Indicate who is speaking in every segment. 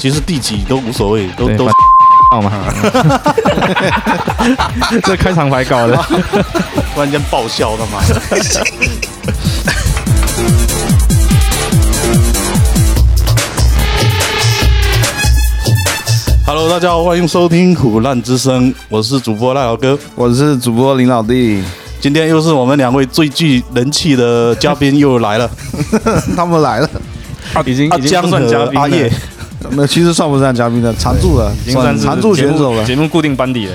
Speaker 1: 其实第几都无所谓，都
Speaker 2: 对
Speaker 1: 都
Speaker 2: 反好吗？ 这开场白搞的，
Speaker 1: 突然间爆笑的嘛。Hello，大家好，欢迎收听《苦难之声》，我是主播赖老哥。
Speaker 3: 我是主播林老弟，
Speaker 1: 今天又是我们两位最具人气的嘉宾又来了，
Speaker 3: 他们来了，
Speaker 2: 已经
Speaker 1: 阿
Speaker 2: 已经
Speaker 1: 江
Speaker 2: 不算嘉
Speaker 1: 和
Speaker 2: 宾
Speaker 1: 阿叶
Speaker 2: 了，。
Speaker 3: 那其实算不上嘉宾的，常驻了，
Speaker 2: 已经算是
Speaker 3: 常驻
Speaker 2: 节
Speaker 3: 选
Speaker 2: 目
Speaker 3: 手了。
Speaker 2: 节目固定班底了。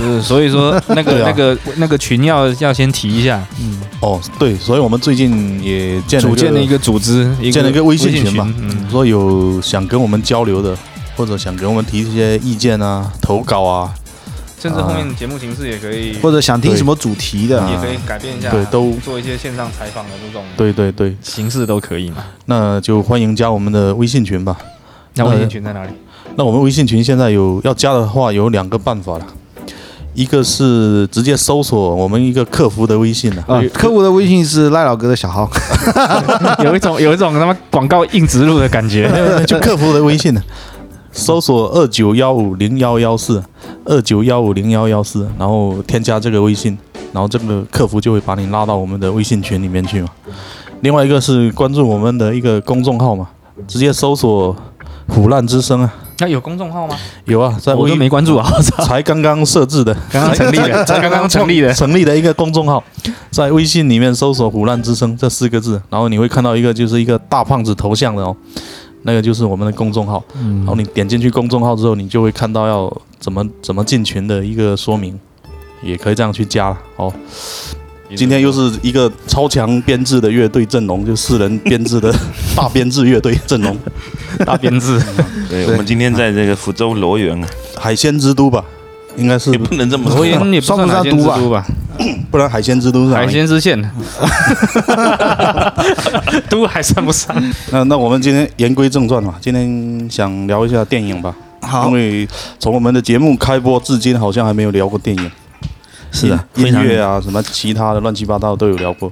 Speaker 2: 嗯所以说那
Speaker 1: 对
Speaker 2: 个
Speaker 1: 啊
Speaker 2: 那个那个群要要先提一下，
Speaker 1: 哦，对，所以我们最近也建了
Speaker 2: 组建了一个组织，
Speaker 1: 建了一个微
Speaker 2: 微
Speaker 1: 信
Speaker 2: 信
Speaker 1: 群嘛
Speaker 2: 嗯，
Speaker 1: 说有想跟我们交流的，或者想给我们提一些意见啊、投稿啊，
Speaker 2: 甚至后面节目形式也可以，
Speaker 3: 或者想听什么主题的
Speaker 1: 对，
Speaker 2: 也可以改变一下，
Speaker 1: 对都
Speaker 2: 做一些线上采访的这种
Speaker 1: 对对对，
Speaker 2: 形式都可以嘛。
Speaker 1: 那就欢迎加我们的微信群吧。
Speaker 2: 那
Speaker 1: 呃
Speaker 2: 微信群在哪里？
Speaker 1: 那我们微信群现在有要加的话，有两个办法了，一个是直接搜索我们一个客服的微信了、
Speaker 3: 啊，客户的微信是赖老哥的小号，
Speaker 2: 有一种有一种他妈广告硬植入的感觉。
Speaker 1: 就客服的微信呢，搜索二九幺五零幺幺四，二九幺五零幺幺四，然后添加这个微信，然后这个客服就会把你拉到我们的微信群里面去嘛。另外一个是关注我们的一个公众号嘛，直接搜索“虎烂之声”啊，
Speaker 2: 那有公众号吗？
Speaker 1: 有啊，在
Speaker 2: 我
Speaker 1: 微
Speaker 2: 都 没关注啊，我操！
Speaker 1: 才刚刚设置的，
Speaker 2: 刚刚成立 的，才刚刚成立的。
Speaker 1: 成立的一个公众号，在微信里面搜索“虎烂之声”这四个字，然后你会看到一个就是一个大胖子头像的哦，那个就是我们的公众号。
Speaker 3: 嗯
Speaker 1: 然后你点进去公众号之后，你就会看到要怎么怎么进群的一个说明，也可以这样去加了哦。今天又是一个超强编制的乐队阵容，就四人编制的 大编制乐队阵容，
Speaker 2: 大编制，
Speaker 4: 对，我们今天在这个福州罗源 啊，
Speaker 1: 海鲜之都吧，应该是
Speaker 4: 也，不能这么说
Speaker 2: 我。也也
Speaker 3: 算不上
Speaker 2: 海鲜之
Speaker 3: 都吧
Speaker 2: 都吧，
Speaker 1: 不然海鲜之都是哪里
Speaker 2: 海鲜之县， 都还算不上。
Speaker 1: 那那我们今天言归正传吧，今天想聊一下电影吧。
Speaker 3: 好嗯
Speaker 1: 因为从我们的节目开播至今，好像还没有聊过电影。
Speaker 4: 是啊
Speaker 1: 音
Speaker 4: 非
Speaker 1: 音
Speaker 4: 常
Speaker 1: 乐啊，什么其他的乱七八糟都有聊过，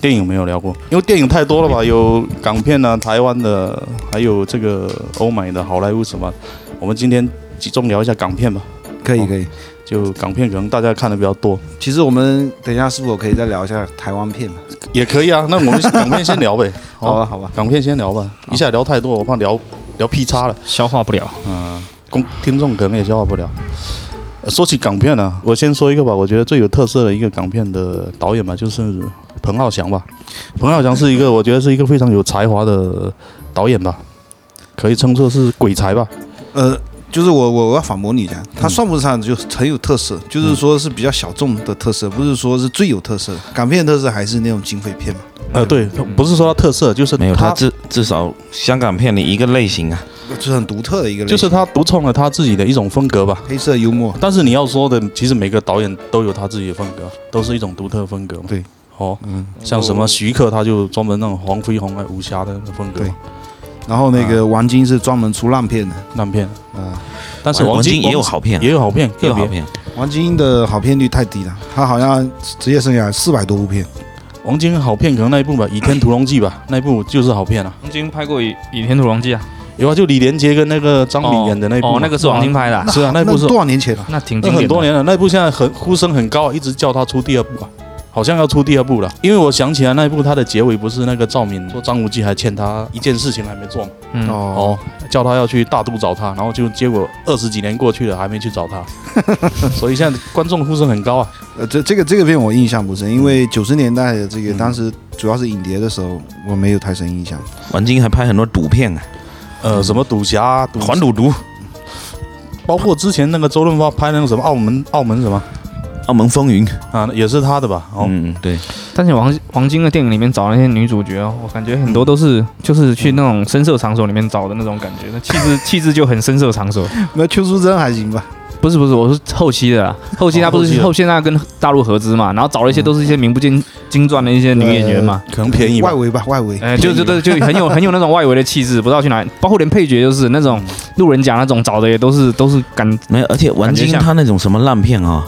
Speaker 1: 电影没有聊过，因为电影太多了吧，有港片啊、台湾的，还有这个欧美的、好莱坞什么。我们今天集中聊一下港片吧，
Speaker 3: 可以可以。
Speaker 1: 就港片可能大家看的比较多，
Speaker 3: 其实我们等一下是否可以再聊一下台湾片嘛？
Speaker 1: 也可以啊。那我们港片先 聊呗，
Speaker 3: 好吧好吧，
Speaker 1: 港片先聊吧，一下聊太多，我怕聊聊劈叉了。
Speaker 2: 消化不了，
Speaker 1: 公听众可能也消化不了。呃说起港片呢、我先说一个吧，我觉得最有特色的一个港片的导演吧，就是彭浩翔吧。彭浩翔是一个，我觉得是一个非常有才华的导演吧，可以称作是鬼才吧。
Speaker 3: 呃，就是我我我要反驳你一下，他算不上就很有特色，就是说是比较小众的特色，不是说是最有特色的。港片的特色还是那种警匪片嘛，
Speaker 1: 呃，对，不是说他特色，就是
Speaker 4: 没有，他
Speaker 1: 他
Speaker 4: 至至少香港片里一个类型啊，
Speaker 3: 就是很独特的一个类
Speaker 1: 就
Speaker 3: 型，
Speaker 1: 是他独创了他自己的一种风格吧。
Speaker 3: 黑色幽默。
Speaker 1: 但是你要说的，其实每个导演都有他自己的风格，都是一种独特风格嘛。
Speaker 3: 对，
Speaker 1: 哦，像什么徐克，他就专门那种黄飞鸿啊、武侠的风格嘛，
Speaker 3: 对然后那
Speaker 1: 啊
Speaker 3: 个王晶是专门出烂片的，
Speaker 1: 烂片。
Speaker 3: 啊，
Speaker 1: 但是
Speaker 4: 王
Speaker 1: 晶
Speaker 4: 晶也有好片啊，
Speaker 1: 也有好片，个
Speaker 4: 也有好
Speaker 1: 别。
Speaker 4: 片，
Speaker 3: 王晶的好片率太低了，他好像职业生涯四百多部片，
Speaker 1: 王晶好片可能那一部吧，《倚天屠龙记》吧， 那一部就是好片啊。
Speaker 2: 王晶拍过《倚倚天屠龙记》啊，
Speaker 1: 有啊，就李连杰跟那个张敏演的那一部嘛。
Speaker 2: 哦，那个是王晶拍的啊，
Speaker 1: 是啊，那一部是
Speaker 3: 多少年前了？
Speaker 2: 那挺
Speaker 1: 那
Speaker 2: 经典的
Speaker 1: 很多年了，那一部现在很呼声很高啊，一直叫他出第二部啊，好像要出第二部了。因为我想起来那一部他的结尾不是那个赵敏说张无忌还欠他一件事情还没做嘛，
Speaker 2: 嗯，
Speaker 3: 哦
Speaker 1: 哦，叫他要去大都找他，然后就结果二十几年过去了还没去找 他，所以现在观众呼声很高啊。
Speaker 3: 呃，这这个这个片我印象不深，因为九十年代的这个
Speaker 1: 嗯
Speaker 3: 当时主要是影碟的时候，我没有太深印象。
Speaker 4: 王晶还拍很多赌片啊，
Speaker 1: 呃，什么赌侠啊、赌
Speaker 4: 《还赌毒》《
Speaker 1: 包括之前那个周润发拍那个什么澳门澳门什么
Speaker 4: 澳门风云》
Speaker 1: 啊，也是他的吧？哦，
Speaker 4: 嗯，对，
Speaker 2: 但是王王晶的电影里面找那些女主角哦，我感觉很多都
Speaker 1: 嗯
Speaker 2: 是就是去那种深色场所里面找的那种感觉，那气 质气质就很深色场所。
Speaker 1: 嗯
Speaker 3: 那邱淑贞还行吧？
Speaker 2: 不是不是，我是后期的啦，后期
Speaker 1: 哦
Speaker 2: 他不
Speaker 1: 后期
Speaker 2: 是
Speaker 1: 的
Speaker 2: 后期他跟大陆合资嘛，然后找了一些都是一些名不见经传的一些女演员嘛，
Speaker 1: 可能便宜吧
Speaker 3: 外。围吧，外围。
Speaker 2: 哎，就就就就很有很有那种外围的气质，不知道去哪里，包括连配角就是那种路人甲那种找的也都是都是感
Speaker 4: 没有，而且王晶
Speaker 2: 感觉像
Speaker 4: 他那种什么烂片啊，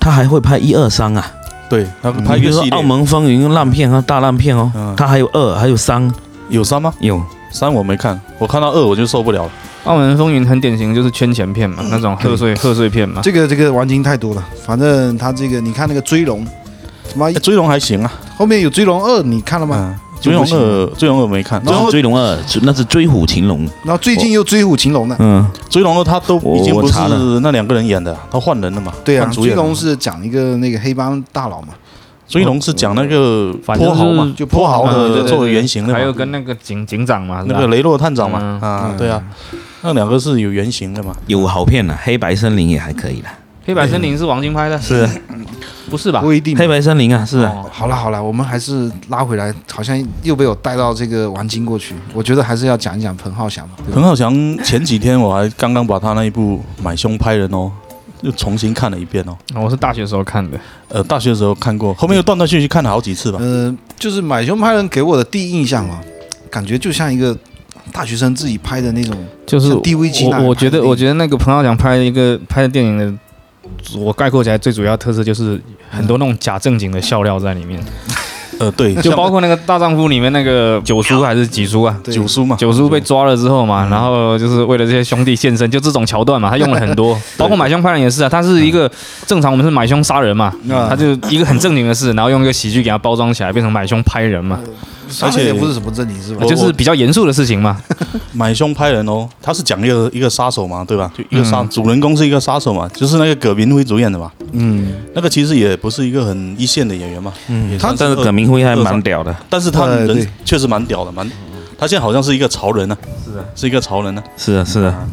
Speaker 4: 他还会拍一二三啊，
Speaker 1: 对，
Speaker 3: 嗯
Speaker 1: 他
Speaker 4: 你
Speaker 1: 拍一
Speaker 4: 比
Speaker 1: 个
Speaker 4: 如说
Speaker 1: 系
Speaker 4: 《澳
Speaker 1: 列，
Speaker 4: 门风云》烂片啊，大烂片哦
Speaker 1: 嗯，
Speaker 4: 他还有二，还有三，
Speaker 1: 有三吗？
Speaker 4: 有
Speaker 1: 三我没看，我看到二我就受不了了。
Speaker 2: 澳门风云很典型，就是圈钱片嘛，那种贺岁贺岁片嘛。
Speaker 3: 这个这个玩金太多了，反正他这个你看那个追龙，什么
Speaker 1: 哎追龙还行啊，
Speaker 3: 后面有追龙二，你看了吗？
Speaker 1: 嗯，追龙二追龙二没看，
Speaker 3: 然后
Speaker 4: 是追龙二，那是追虎擒龙。
Speaker 1: 嗯
Speaker 3: 然后最近又追虎擒龙了，
Speaker 4: 嗯，
Speaker 1: 追龙二他都已经
Speaker 4: 我
Speaker 1: 不
Speaker 4: 我查
Speaker 1: 是那两个人演
Speaker 3: 哦
Speaker 1: 的，他换人了嘛，
Speaker 3: 对啊
Speaker 1: 换，主
Speaker 3: 追
Speaker 1: 演了
Speaker 3: 龙是讲一个那个黑帮大佬嘛，
Speaker 1: 追龙是讲那个
Speaker 2: 反正
Speaker 1: 泼猴嘛，
Speaker 3: 就
Speaker 1: 泼
Speaker 2: 嗯
Speaker 3: 泼猴
Speaker 1: 猴
Speaker 3: 的
Speaker 1: 的
Speaker 3: 对
Speaker 1: 作为原型的嘛，
Speaker 2: 还有跟那个警警长嘛，是吧
Speaker 1: 那个雷洛探长嘛，
Speaker 2: 嗯
Speaker 1: 啊
Speaker 3: 嗯，
Speaker 1: 对啊，那两个是有原型的嘛，
Speaker 4: 有好片了，《黑白森林》也还可以啦。
Speaker 2: 黑白森林是王晶拍的，嗯
Speaker 4: 是
Speaker 2: 不是吧？
Speaker 3: 不一定。
Speaker 4: 黑白森林》啊，是啊，
Speaker 2: 哦
Speaker 3: 好了好了，我们还是拉回来，好像又被我带到这个玩金过去。我觉得还是要讲一讲彭浩翔嘛，对吧
Speaker 1: 彭浩翔前几天我还刚刚把他那一部《买凶拍人》哦，又重新看了一遍哦。
Speaker 2: 我是大学时候看的，
Speaker 1: 呃，大学的时候看过，后面又断断续续看了好几次吧。
Speaker 3: 呃，就是《买凶拍人》给我的第一印象啊，感觉就像一个大学生自己拍的那种，
Speaker 2: 就是
Speaker 3: 像 DV 机那
Speaker 2: 我我觉
Speaker 3: 拍的电
Speaker 2: 得
Speaker 3: 影
Speaker 2: 我觉得那个彭浩翔拍的一个拍的电影的，我概括起来最主要特色就是很多那种假正经的笑料在里面，
Speaker 1: 呃，对，
Speaker 2: 就包括那个《大丈夫》里面那个九叔还是几叔啊？
Speaker 3: 对
Speaker 1: 九叔嘛，
Speaker 2: 九叔被抓了之后嘛，然后就是为了这些兄弟献身，就这种桥段嘛，他用了很 多，包括买凶拍人也是啊，他是一个正常我们是买凶杀人嘛，
Speaker 3: 啊
Speaker 2: 他就一个很正经的事，然后用一个喜剧给他包装起来，变成买凶拍人嘛，
Speaker 3: 而
Speaker 1: 而
Speaker 3: 且
Speaker 1: 且哦
Speaker 3: 也不是什么正经是吧
Speaker 1: 我？
Speaker 2: 就是比较严肃的事情 嘛，
Speaker 1: 买凶拍人哦，他是讲一个一个杀手嘛，对吧？就一个杀、
Speaker 2: 嗯
Speaker 1: 主人公是一个杀手嘛，就是那个葛民辉主演的嘛。
Speaker 3: 嗯，
Speaker 1: 那个其实也不是一个很一线的演员嘛，嗯，也
Speaker 3: 他
Speaker 1: 算
Speaker 4: 但是
Speaker 1: 二
Speaker 4: 葛明辉还
Speaker 1: 二
Speaker 4: 蛮
Speaker 1: 三
Speaker 4: 屌的。
Speaker 1: 但是他
Speaker 3: 呃对
Speaker 1: 人确实蛮屌的，蛮。他现在好像是一个潮人呢、啊，是啊，是一个潮人呢、
Speaker 4: 是啊，是啊，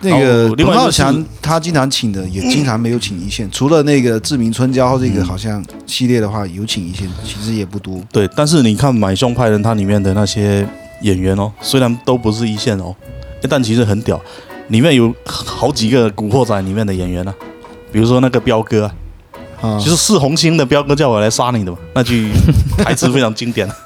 Speaker 3: 那
Speaker 1: 然
Speaker 3: 个
Speaker 1: 后另外一
Speaker 3: 彭
Speaker 1: 个
Speaker 3: 浩
Speaker 1: 是
Speaker 3: 翔他经常请的也经常没有请一线，除了那个《志明春娇》
Speaker 1: 嗯
Speaker 3: 这个好像系列的话有请一线，其实也不多。
Speaker 1: 对，但是你看《买凶派人》它里面的那些演员哦，虽然都不是一线哦，但其实很屌。里面有好几个《古惑仔》里面的演员呢、啊，比如说那个彪哥、啊，
Speaker 3: 啊，
Speaker 1: 就是是红星的彪哥叫我来杀你的嘛，那句台词非常经典。啊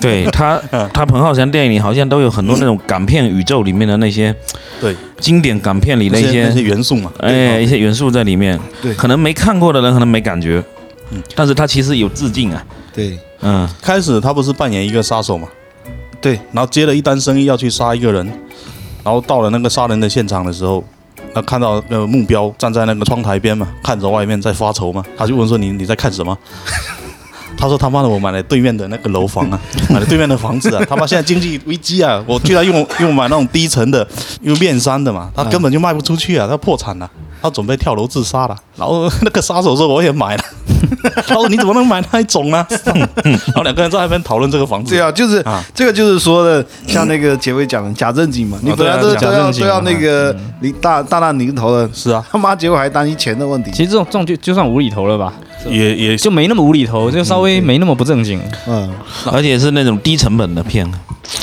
Speaker 4: 对他，他彭浩翔电影里好像都有很多那种港片宇宙里面的那些，
Speaker 1: 对，
Speaker 4: 经典港片里的
Speaker 1: 那
Speaker 4: 一
Speaker 1: 些那些
Speaker 4: 些，
Speaker 1: 元素嘛，哦
Speaker 4: 哎，一些元素在里面。
Speaker 3: 对
Speaker 4: 可能没看过的人可能没感觉
Speaker 1: 嗯，
Speaker 4: 但是他其实有致敬啊。
Speaker 3: 对
Speaker 4: 嗯，
Speaker 1: 开始他不是扮演一个杀手嘛，
Speaker 3: 对，
Speaker 1: 然后接了一单生意要去杀一个人，然后到了那个杀人的现场的时候，那看到那个目标站在那个窗台边嘛，看着外面在发愁嘛，他就问说你你在看什么？他说他妈的，我买了对面的那个楼房啊，买了对面的房子啊，他妈现在经济危机啊，我居然用用买那种低层的，用面山的嘛，他根本就卖不出去啊，他破产了，他准备跳楼自杀了。然后那个杀手说我也买了，他说你怎么能买那一种呢、 然后两个人在那边讨论这个
Speaker 2: 嗯
Speaker 1: 房子，
Speaker 3: 对啊，就是
Speaker 1: 啊
Speaker 3: 这个就是说的，像那个结尾讲的假正经嘛，你本来都
Speaker 2: 对啊嗯
Speaker 3: 都
Speaker 2: 假
Speaker 3: 要
Speaker 2: 正经
Speaker 3: 都要那个零大大难临头了，
Speaker 1: 是啊，
Speaker 3: 他妈结果还担心钱的问题。
Speaker 2: 其实这种这种就就算无厘头了吧，
Speaker 1: 也也
Speaker 2: 就没那么无厘头，就稍微没那么不正经。
Speaker 3: 嗯，
Speaker 4: 而且是那种低成本的片。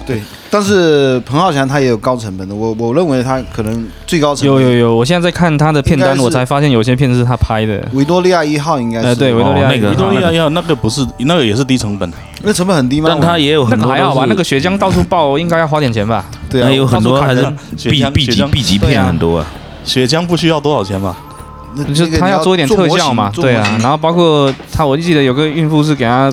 Speaker 3: 对。但是彭浩翔他也有高成本的，我我认为他可能最高成
Speaker 2: 有
Speaker 3: 本
Speaker 2: 有有，我现在在看他的片
Speaker 3: 应
Speaker 2: 单，
Speaker 3: 该是
Speaker 2: 我才发现有些片是他拍的。
Speaker 3: 维多利亚一号应该是、
Speaker 2: 呃，对，维多利亚
Speaker 4: 哦那个
Speaker 1: 维多利亚啊要那个不是那个也是低成本，啊
Speaker 3: 那成本很低吗？
Speaker 4: 但他也有
Speaker 2: 那
Speaker 4: 很
Speaker 2: 个
Speaker 4: 多
Speaker 2: 还好
Speaker 4: 都
Speaker 2: 吧？
Speaker 4: 是
Speaker 2: 那个血浆到处爆，应该要花点钱吧？
Speaker 3: 对
Speaker 4: 还有
Speaker 3: 啊，
Speaker 4: 很多还是
Speaker 1: 到处砍的
Speaker 4: B
Speaker 1: 血浆
Speaker 4: B
Speaker 1: 血
Speaker 4: 级
Speaker 1: 浆
Speaker 4: B 级
Speaker 2: 对
Speaker 4: 片
Speaker 2: 啊
Speaker 4: 很多啊。
Speaker 1: 血浆不需要多少钱吧？
Speaker 3: 那
Speaker 2: 就是
Speaker 3: 那个
Speaker 2: 他
Speaker 3: 你
Speaker 2: 要
Speaker 3: 要
Speaker 2: 做一点特效嘛，
Speaker 3: 做模
Speaker 2: 对
Speaker 3: 型
Speaker 2: 啊，然后包括他，我就记得有个孕妇是给他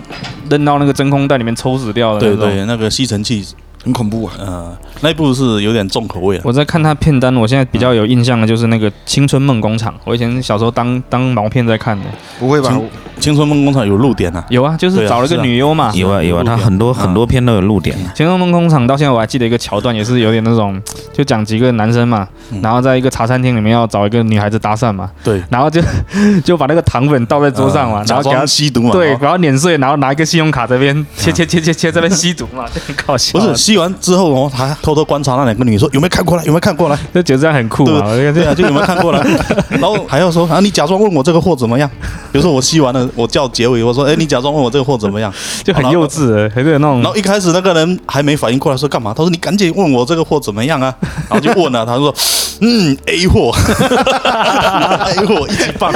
Speaker 2: 扔到那个真空袋里面抽死掉的
Speaker 1: 对
Speaker 2: 那种。
Speaker 1: 对，那个吸尘器，
Speaker 3: 很恐怖啊。
Speaker 1: 呃，那一部是有点重口味了。啊
Speaker 2: 我在看他片单，我现在比
Speaker 3: 嗯
Speaker 2: 较有印象的就是那个《青春梦工厂》，我以前小时候当当毛片在看的。
Speaker 3: 不会吧
Speaker 1: 从？青春梦工厂有露点啊，
Speaker 2: 有啊，就是
Speaker 1: 对啊
Speaker 2: 找了个
Speaker 1: 是啊
Speaker 2: 女优嘛。
Speaker 4: 有啊有啊，
Speaker 1: 露点
Speaker 4: 他很多很多片都有露点啊。
Speaker 2: 《青春梦工厂》到现在我还记得一个桥段，也是有点那种，就讲几个男生嘛，
Speaker 1: 嗯
Speaker 2: 然后在一个茶餐厅里面要找一个女孩子搭讪嘛，
Speaker 1: 对，
Speaker 2: 然后就 就把那个糖粉倒在桌上
Speaker 1: 呃
Speaker 2: 嘛，然
Speaker 1: 假
Speaker 2: 后给他
Speaker 1: 装吸毒嘛，
Speaker 2: 对，
Speaker 1: 哦嗯
Speaker 2: 然后碾碎，然后拿一个信用卡这边切切切切切这边吸毒嘛，就 很搞笑。
Speaker 1: 不是吸完之后哦，他偷偷观察那两个女说有没有看过来，有没有看过来？
Speaker 2: 就觉得这样很酷嘛，我 就
Speaker 1: 对啊，就有没有看过来？ 然后还要说啊，你假装问我这个货怎么样？比如说我吸完了，我叫结尾，我说哎，你假装问我这个货怎么样？
Speaker 2: 就很幼稚，很有那
Speaker 1: 然
Speaker 2: 种
Speaker 1: 后一开始那个人还没反应过来，说干嘛？他说你赶紧问我这个货怎么样 啊？然后就问了，他说嗯 A 货，A 货一起放。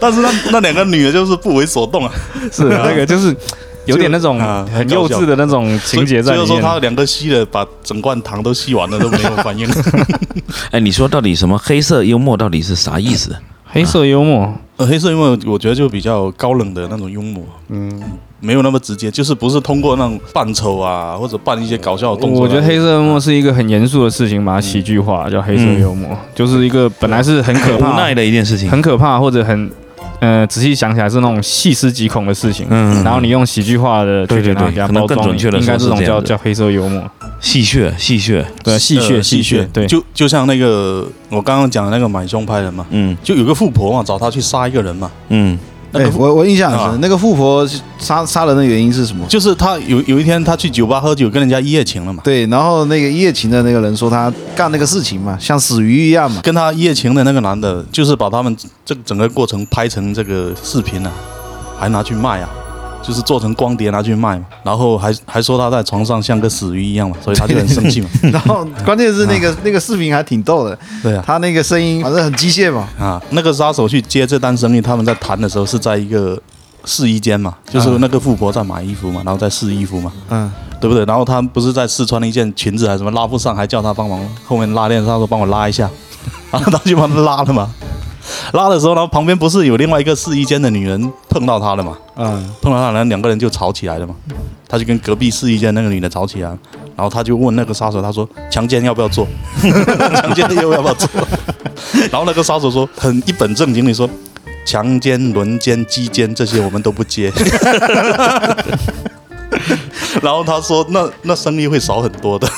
Speaker 1: 但是那那两个女的就是不为所动啊，
Speaker 2: 是那个就是有点那 种
Speaker 1: 啊
Speaker 2: 很幼稚的那种情节在
Speaker 1: 所以
Speaker 2: 里
Speaker 1: 说他
Speaker 2: 面。
Speaker 1: 两个吸了，把整罐糖都吸完了都没有反 应。
Speaker 4: 哎，你说到底什么黑色幽默到底是啥意思？
Speaker 2: 黑色幽默，
Speaker 1: 呃，黑色幽默我觉得就比较高冷的那种幽默，嗯，没有那么直接，就是不是通过那种扮丑啊，或者扮一些搞笑的动作来。
Speaker 2: 我觉得黑色幽
Speaker 4: 嗯
Speaker 2: 默是一个很严肃的事情，把它喜剧化，叫黑色幽默，就是一个本来是很可
Speaker 4: 很嗯无
Speaker 2: 怕
Speaker 4: 奈、的一件事情。
Speaker 2: 很可怕或者很呃仔细想起来是那种细思极恐的事情，
Speaker 4: 嗯
Speaker 2: 然后你用喜剧化的
Speaker 4: 对
Speaker 2: 去给
Speaker 4: 对
Speaker 2: 它
Speaker 4: 对
Speaker 2: 给它
Speaker 4: 可能
Speaker 2: 包
Speaker 4: 更
Speaker 2: 装，
Speaker 4: 准确地
Speaker 2: 应该
Speaker 4: 说是
Speaker 2: 种
Speaker 4: 这样
Speaker 2: 叫
Speaker 4: 子
Speaker 2: 叫黑色幽默，
Speaker 4: 戏谑，戏谑，
Speaker 2: 对，啊戏谑
Speaker 1: 呃
Speaker 2: 戏谑，对，
Speaker 1: 就就像那个我刚刚讲的那个买凶拍人嘛，
Speaker 4: 嗯
Speaker 1: 就有个富婆嘛，找他去杀一个人嘛，
Speaker 4: 嗯
Speaker 1: 那个
Speaker 3: 哎，
Speaker 1: 富
Speaker 3: 我我印象很
Speaker 1: 啊
Speaker 3: 深，那个富婆杀杀人的原因是什么？
Speaker 1: 就是他有有一天他去酒吧喝酒，跟人家一夜情了嘛，
Speaker 3: 对，然后那个一夜情的那个人说他干那个事情嘛，像死鱼一样嘛。
Speaker 1: 跟他一夜情的那个男的，就是把他们这整个过程拍成这个视频啊，还拿去卖啊。就是做成光碟拿去卖嘛，然后还还说他在床上像个死鱼一样嘛，所以他就很生气嘛。
Speaker 3: 然后关键是那个那个视频还挺逗的，
Speaker 1: 对啊，
Speaker 3: 他那个声音反正很机械嘛。
Speaker 1: 啊，那个杀手去接这单生意，他们在谈的时候是在一个试衣间嘛，就是那个富婆在买衣服嘛，然后在试衣服嘛，
Speaker 3: 嗯，
Speaker 1: 对不对？然后他不是在试穿了一件裙子还是什么拉不上，还叫他帮忙后面拉链，他说帮我拉一下， 然后他就帮他拉了嘛。拉的时候，然后旁边不是有另外一个试衣间的女人碰到他了嘛？
Speaker 3: 嗯，
Speaker 1: 碰到他，然后两个人就吵起来了嘛。他就跟隔壁试衣间那个女的吵起来，然后他就问那个杀手，他说强奸要不要做？ 强奸又要不要做？ 然后那个杀手说很一本正经地说，强奸、轮奸、鸡奸这些我们都不接。 然后他说那那生意会少很多的，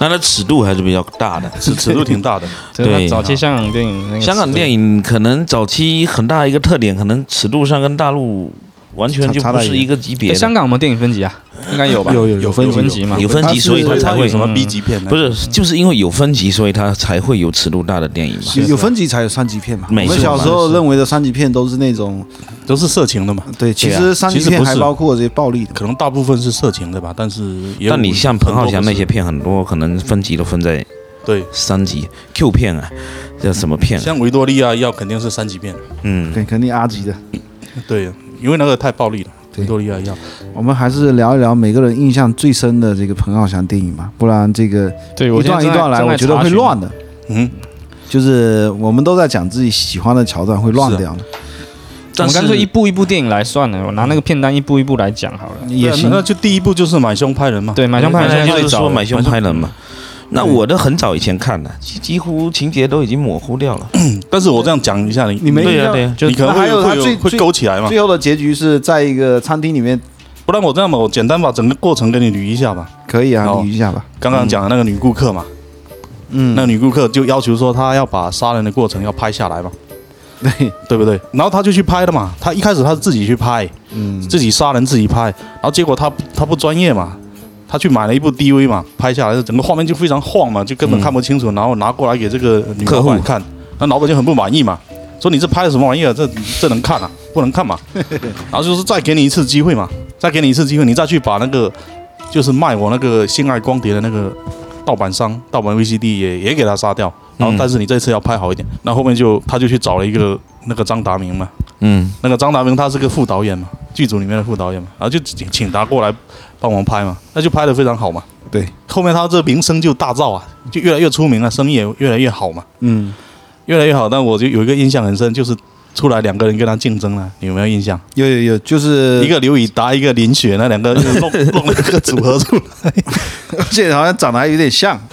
Speaker 4: 那它尺度还是比较大的。
Speaker 1: 尺尺度挺大的。
Speaker 2: 就是
Speaker 4: 对
Speaker 2: 它早期香港电影那个
Speaker 4: 香港
Speaker 2: 尺度
Speaker 4: 电影可能早期很大一个特点，可能尺度上跟大陆完全就
Speaker 3: 差差
Speaker 4: 不
Speaker 3: 得
Speaker 4: 是
Speaker 3: 远
Speaker 4: 一个级别
Speaker 2: 诶
Speaker 4: 的。
Speaker 2: 哎香港有没有电影分级啊？应该有吧？
Speaker 3: 有有有分
Speaker 2: 有
Speaker 3: 级
Speaker 2: 分级嘛？
Speaker 4: 有分级，
Speaker 3: 它是
Speaker 4: 所以它
Speaker 3: 对
Speaker 4: 才
Speaker 1: 他
Speaker 4: 会嗯
Speaker 1: 有什么 B 级片呢？
Speaker 4: 不是，就是因为有分级，所以它才会有尺度大的电影嘛。
Speaker 3: 有有分级才有三级片嘛。我
Speaker 4: 美术
Speaker 3: 们小时候认为的三级片都是那种，
Speaker 1: 都是色情的嘛？
Speaker 3: 对，其
Speaker 4: 对
Speaker 3: 实三级
Speaker 1: 啊其实
Speaker 3: 片
Speaker 1: 不是
Speaker 3: 还包括这些暴力的嘛。
Speaker 1: 可能大部分是色情的吧，但是也有
Speaker 4: 但你像彭浩翔那些
Speaker 1: 很多
Speaker 4: 片，很多可能分级都分在
Speaker 1: 不是对，
Speaker 4: 三级 Q 片啊，叫什么片啊？
Speaker 1: 像维多利亚要肯定是三级片。
Speaker 4: 嗯，
Speaker 3: 对，肯定阿吉的。
Speaker 1: 对，因为那个太暴力了，
Speaker 3: 对
Speaker 1: 维多利亚要
Speaker 3: 我们还是聊一聊每个人印象最深的这个彭浩翔电影吧，不然这个
Speaker 2: 对，我
Speaker 3: 一段一段来，我觉得会乱。的。
Speaker 1: 嗯，
Speaker 3: 就是我们都在讲自己喜欢的桥段，会乱
Speaker 1: 是啊
Speaker 3: 掉的，
Speaker 2: 我
Speaker 4: 但
Speaker 2: 们
Speaker 4: 是
Speaker 2: 干脆一步一步电影来算了，我拿那个片单一步一步来讲好了。
Speaker 1: 对
Speaker 3: 也
Speaker 1: 啊
Speaker 3: 行
Speaker 1: 那。那就第一部就是买凶拍人嘛。
Speaker 2: 对，买凶派
Speaker 4: 刚
Speaker 2: 人
Speaker 4: 才就是
Speaker 2: 最早
Speaker 4: 说
Speaker 2: 的
Speaker 4: 买凶拍人嘛。那我的很早以前看的，几几乎情节都已经模糊掉了。
Speaker 1: 但是我这样讲一下，你
Speaker 3: 你没
Speaker 4: 对
Speaker 3: 印
Speaker 4: 呀
Speaker 3: 象
Speaker 4: 对呀，
Speaker 1: 你可能
Speaker 3: 那还
Speaker 1: 会
Speaker 3: 有他
Speaker 1: 会
Speaker 3: 最
Speaker 1: 有会
Speaker 3: 最
Speaker 1: 勾起来嘛。
Speaker 3: 最后的结局是在一个餐厅里面，
Speaker 1: 不然我这样吧，我简单把整个过程给你捋一下吧。
Speaker 3: 可以啊，
Speaker 1: 好
Speaker 3: 捋一下吧。
Speaker 1: 刚刚讲的那个女顾客嘛，
Speaker 3: 嗯
Speaker 1: 那个女顾客就要求说她要把杀人的过程要拍下来嘛，
Speaker 3: 对，
Speaker 1: 对不对？然后她就去拍了嘛。她一开始她是自己去拍，
Speaker 3: 嗯，
Speaker 1: 自己杀人自己拍，然后结果她她不专业嘛。她去买了一部 DV 嘛，拍下来整个画面就非常晃嘛，就根本看不清楚，然后拿过来给这个女老
Speaker 4: 嗯客户
Speaker 1: 板看，那老板就很不满意嘛，说你这拍的什么玩意儿？这这能看啊？不能 看嘛。然后就是再给你一次机会嘛，再给你一次机会，你再去把那个就是卖我那个性爱光碟的那个盗版商、盗版 VCD 也也给他杀掉。然后
Speaker 4: 嗯
Speaker 1: 但是你这次要拍好一点，那后面就他就去找了一个那个张达明嘛，
Speaker 4: 嗯，
Speaker 1: 那个张达明他是个副导演嘛，剧组里面的副导演嘛，然后就请请他过来帮忙拍嘛，那就拍得非常好嘛。
Speaker 3: 对，
Speaker 1: 后面他这名声就大噪啊，就越来越出名了，生意也越来越好嘛，
Speaker 3: 嗯，
Speaker 1: 越来越好。但我就有一个印象很深，就是出来两个人跟他竞争了，啊你有没有印象？
Speaker 3: 有有有，就是
Speaker 1: 一个刘以达，一个林雪，那两个就是弄弄了一个组合出来，
Speaker 3: 而且好像长得还有点像，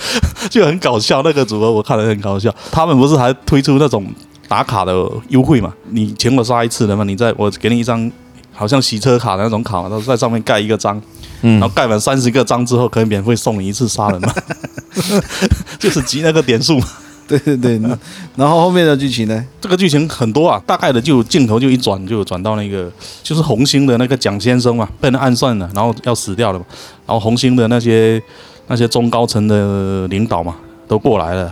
Speaker 1: 就很搞笑。那个组合我看了很搞笑，他们不是还推出那种打卡的优惠嘛？你请我杀一次人嘛，你在我给你一张好像洗车卡的那种卡嘛，然后在上面盖一个章，
Speaker 4: 嗯
Speaker 1: 然后盖满三十个章之后，可以免费送你一次杀人嘛， 就是集那个点数嘛。
Speaker 3: 对对对。那然后后面的剧情呢？
Speaker 1: 这个剧情很多啊，大概的就镜头就一转就转到那个就是红星的那个蒋先生嘛，被人暗算了，然后要死掉了嘛，然后红星的那些那些中高层的领导嘛都过来了，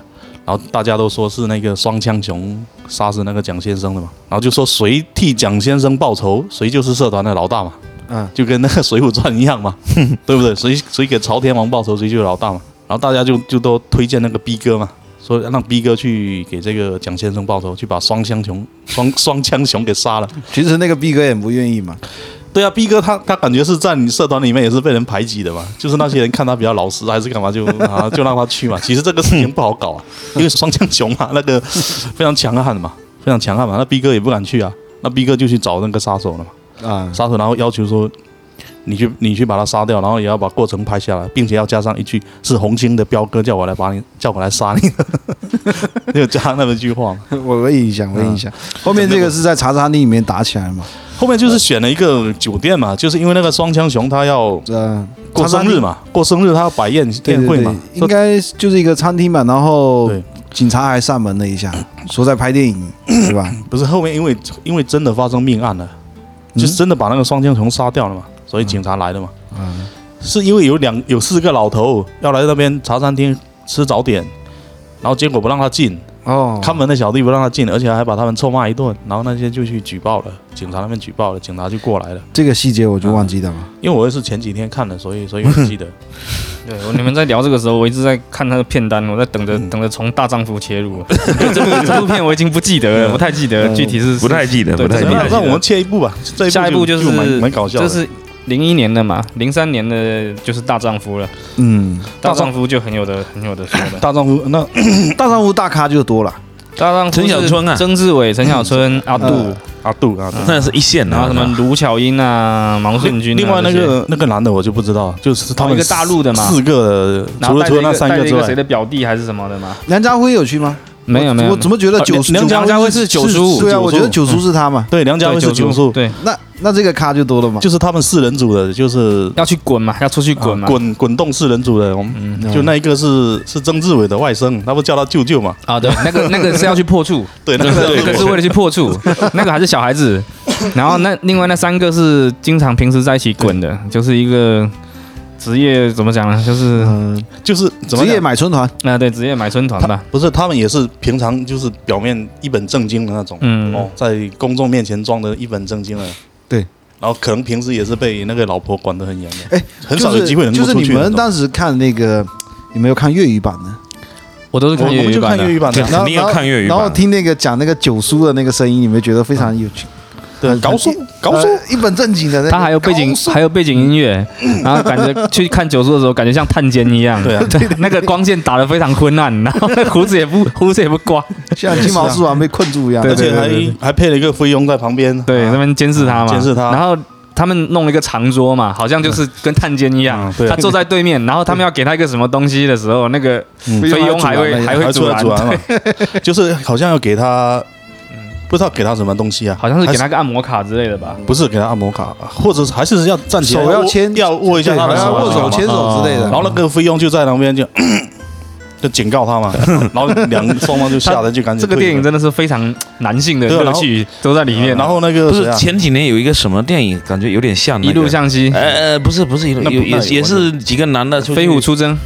Speaker 1: 然后大家都说是那个双枪熊杀死那个蒋先生的嘛，然后就说谁替蒋先生报仇，谁就是社团的老大嘛，
Speaker 3: 嗯，
Speaker 1: 就跟那个《水浒传》一样嘛，对不对？谁谁给朝天王报仇，谁就是老大嘛。然后大家就就都推荐那个逼哥嘛，说让逼哥去给这个蒋先生报仇，去把双枪熊双双枪熊给杀了。
Speaker 3: 其实那个逼哥也不愿意嘛。
Speaker 1: 对啊，逼哥他他感觉是在你社团里面也是被人排挤的嘛，就是那些人看他比较老实还是干嘛就 啊就让他去嘛。其实这个事情不好搞啊， 因为双枪熊嘛，那个非常强悍嘛，非常强悍嘛，那逼哥也不敢去啊，那逼哥就去找那个杀手了嘛。
Speaker 3: 啊，
Speaker 1: 杀手，然后要求说你去你去把他杀掉，然后也要把过程拍下来，并且要加上一句是红星的彪哥叫我来把你叫我来杀你的， 你有加上那么一句话吗？
Speaker 3: 我问一下，
Speaker 1: 啊
Speaker 3: 问一下，后面这个是在茶餐厅里面打起来嘛？
Speaker 1: 后面就是选了一个酒店嘛，就是因为那个双枪熊他要
Speaker 3: 这
Speaker 1: 过生日，嘛，过生日他要摆宴
Speaker 3: 茶餐厅
Speaker 1: 宴
Speaker 3: 对
Speaker 1: 会
Speaker 3: 对
Speaker 1: 嘛
Speaker 3: 对，，应该就是一个餐厅嘛，然后
Speaker 1: 对
Speaker 3: 警察还上门了一下，说在拍电影，对吧？
Speaker 1: 不是后面因为因为真的发生命案了，就是真的把那个双枪熊杀掉了嘛，所以警察来了嘛。
Speaker 3: 嗯
Speaker 1: 是因为有两有四个老头要来那边茶餐厅吃早点，然后结果不让他进，
Speaker 3: 哦，
Speaker 1: 看门的小弟不让他进，而且还把他们臭骂一顿，然后那些就去举报了，警察那边举报了，警察就过来了。
Speaker 3: 这个细节我就忘记了嘛。
Speaker 1: 因为我也是前几天看的，所以所以我记得。
Speaker 2: 对，我你们在聊这个时候，我一直在看他的片单，我在等着
Speaker 1: 嗯
Speaker 2: 等着从大丈夫切 入。这部这部片我已经不记得
Speaker 1: 嗯
Speaker 2: 了，不太记得具体是
Speaker 4: 不太记得，
Speaker 2: 对
Speaker 4: 不太
Speaker 2: 这
Speaker 4: 记
Speaker 2: 是
Speaker 1: 那
Speaker 4: 得。
Speaker 1: 让我们切一步吧，这一步
Speaker 2: 下一步就是
Speaker 1: 蛮蛮搞笑的。
Speaker 2: 这是零一年的嘛，零三年的就是大丈夫了，
Speaker 3: 嗯，
Speaker 2: 大丈夫就很有的很有的说 的。
Speaker 1: 大丈夫，那
Speaker 3: 大丈夫大咖就多了，
Speaker 2: 大丈夫
Speaker 4: 陈小
Speaker 2: 是
Speaker 4: 春啊
Speaker 2: 曾志
Speaker 1: 嗯
Speaker 2: 伟、陈小春、阿杜
Speaker 3: 嗯，
Speaker 1: 阿杜阿杜。
Speaker 4: 那是一线
Speaker 2: 然后
Speaker 4: 啊，
Speaker 2: 什么卢巧音啊、毛顺君啊，
Speaker 1: 嗯另外那
Speaker 2: 这些。
Speaker 1: 个那个男的我就不知道，就是他们
Speaker 2: 哦一个大陆的嘛
Speaker 1: 四个，
Speaker 2: 然
Speaker 1: 除
Speaker 2: 后
Speaker 1: 了
Speaker 2: 带
Speaker 1: 除了
Speaker 2: 着一
Speaker 1: 那
Speaker 2: 个
Speaker 1: 三
Speaker 2: 带着一
Speaker 1: 之
Speaker 2: 个
Speaker 1: 外
Speaker 2: 谁，的表弟还是什么的嘛？
Speaker 3: 梁家辉有去吗？
Speaker 2: 没有没有，
Speaker 3: 我怎么觉得
Speaker 1: 呃
Speaker 3: 九
Speaker 1: 梁梁
Speaker 2: 家辉
Speaker 3: 是
Speaker 2: 是95
Speaker 3: 对啊，
Speaker 1: 95
Speaker 3: 我觉得九叔是他嘛。
Speaker 1: 对梁家辉是九叔，
Speaker 2: 对，
Speaker 3: 那那这个咖就多了嘛。
Speaker 1: 就是他们四人组的，就是
Speaker 2: 要去滚嘛，要出去滚
Speaker 1: 啊
Speaker 2: 嘛，
Speaker 1: 滚滚动四人组的，我们
Speaker 2: 嗯
Speaker 1: 就那一个是是曾志伟的外甥，他不叫他舅舅嘛？
Speaker 2: 啊，对，那个那个是要去破处，
Speaker 1: 对，那
Speaker 2: 那个
Speaker 1: 个
Speaker 2: 是为了去破处， 那个还是小孩子。然后那另外那三个是经常平时在一起滚的，就是一个职业怎么讲呢？就是
Speaker 3: 嗯，
Speaker 1: 就是怎么
Speaker 3: 职业
Speaker 1: 讲？
Speaker 3: 买春团，
Speaker 2: 啊，对，职业买春团吧。
Speaker 1: 不是，他们也是平常就是表面一本正经的那种，
Speaker 2: 嗯
Speaker 1: 哦，在公众面前装的一本正经的，
Speaker 3: 对。
Speaker 1: 然后可能平时也是被那个老婆管得很严的，
Speaker 3: 哎，
Speaker 1: 很少有机会能
Speaker 3: 就
Speaker 1: 够
Speaker 3: 是
Speaker 1: 出
Speaker 3: 就是
Speaker 1: 去
Speaker 3: 你
Speaker 1: 的那
Speaker 3: 们
Speaker 1: 种。
Speaker 3: 当时看那个，有没有看粤语版的？
Speaker 2: 我都是
Speaker 1: 我
Speaker 2: 看
Speaker 1: 我
Speaker 2: 粤
Speaker 1: 们
Speaker 2: 语
Speaker 1: 就
Speaker 2: 版
Speaker 1: 看
Speaker 2: 的
Speaker 1: 粤。语版的
Speaker 4: 对，，肯定要看粤语
Speaker 3: 然后
Speaker 4: 版。
Speaker 3: 听那个讲那个九叔的那个声音，你们觉得非常有趣，
Speaker 1: 嗯对， 高速高速
Speaker 3: 呃一本正经的那个。
Speaker 2: 他还有背景
Speaker 3: 高速，
Speaker 2: 还有背景音 乐，然后感觉去看九叔的时候，感觉像探监一样。
Speaker 1: 对啊
Speaker 2: 那个光线打得非常昏暗，然后那胡子也不胡子也不刮，
Speaker 3: 像金
Speaker 2: 啊
Speaker 3: 毛狮王被困住一样。
Speaker 2: 对
Speaker 1: 而
Speaker 2: 对
Speaker 1: 且
Speaker 2: 对
Speaker 1: 还还配了一个菲佣在旁边，
Speaker 2: 对，那边监视他嘛，
Speaker 1: 啊嗯监视他
Speaker 2: 然后他们弄了一个长桌嘛，好像就是跟探监一样
Speaker 1: 嗯，对
Speaker 2: 他坐在对面，然后他们要给他一个什么东西的时候，那个
Speaker 1: 嗯
Speaker 2: 菲佣还会还
Speaker 3: 还
Speaker 1: 还
Speaker 2: 会
Speaker 1: 出
Speaker 2: 阻
Speaker 1: 来
Speaker 2: 拦
Speaker 1: 阻，拦嘛， 就是好像要给他，不知道给他什么东西啊，
Speaker 2: 好像是给
Speaker 1: 还
Speaker 2: 他个按摩卡之类的吧。
Speaker 1: 不是给他按摩卡，或者是还是要站起来
Speaker 3: 手要
Speaker 1: 握
Speaker 3: 牵
Speaker 1: 要握一下
Speaker 3: 对
Speaker 1: 他的
Speaker 3: 好像
Speaker 1: 手啊，
Speaker 3: 握手牵手之类
Speaker 1: 然后
Speaker 3: 的。
Speaker 1: 那个菲佣就在旁边就 就警告他嘛，然后两双方就吓得就赶紧
Speaker 2: 这个
Speaker 1: 退
Speaker 2: 电影
Speaker 1: 了
Speaker 2: 真的是非常男性的
Speaker 1: 对啊
Speaker 2: 乐趣都在里面，
Speaker 1: 然后那个
Speaker 4: 不
Speaker 1: 谁
Speaker 4: 是
Speaker 1: 啊
Speaker 4: 前几年有一个什么电影，感觉有点像
Speaker 2: 一
Speaker 4: 那个
Speaker 2: 路向西，
Speaker 1: 哎
Speaker 4: 呃呃，不是不是一路，
Speaker 1: 那不
Speaker 4: 有
Speaker 1: 那
Speaker 4: 也
Speaker 1: 有
Speaker 4: 也是几个男的出去
Speaker 2: 飞虎出征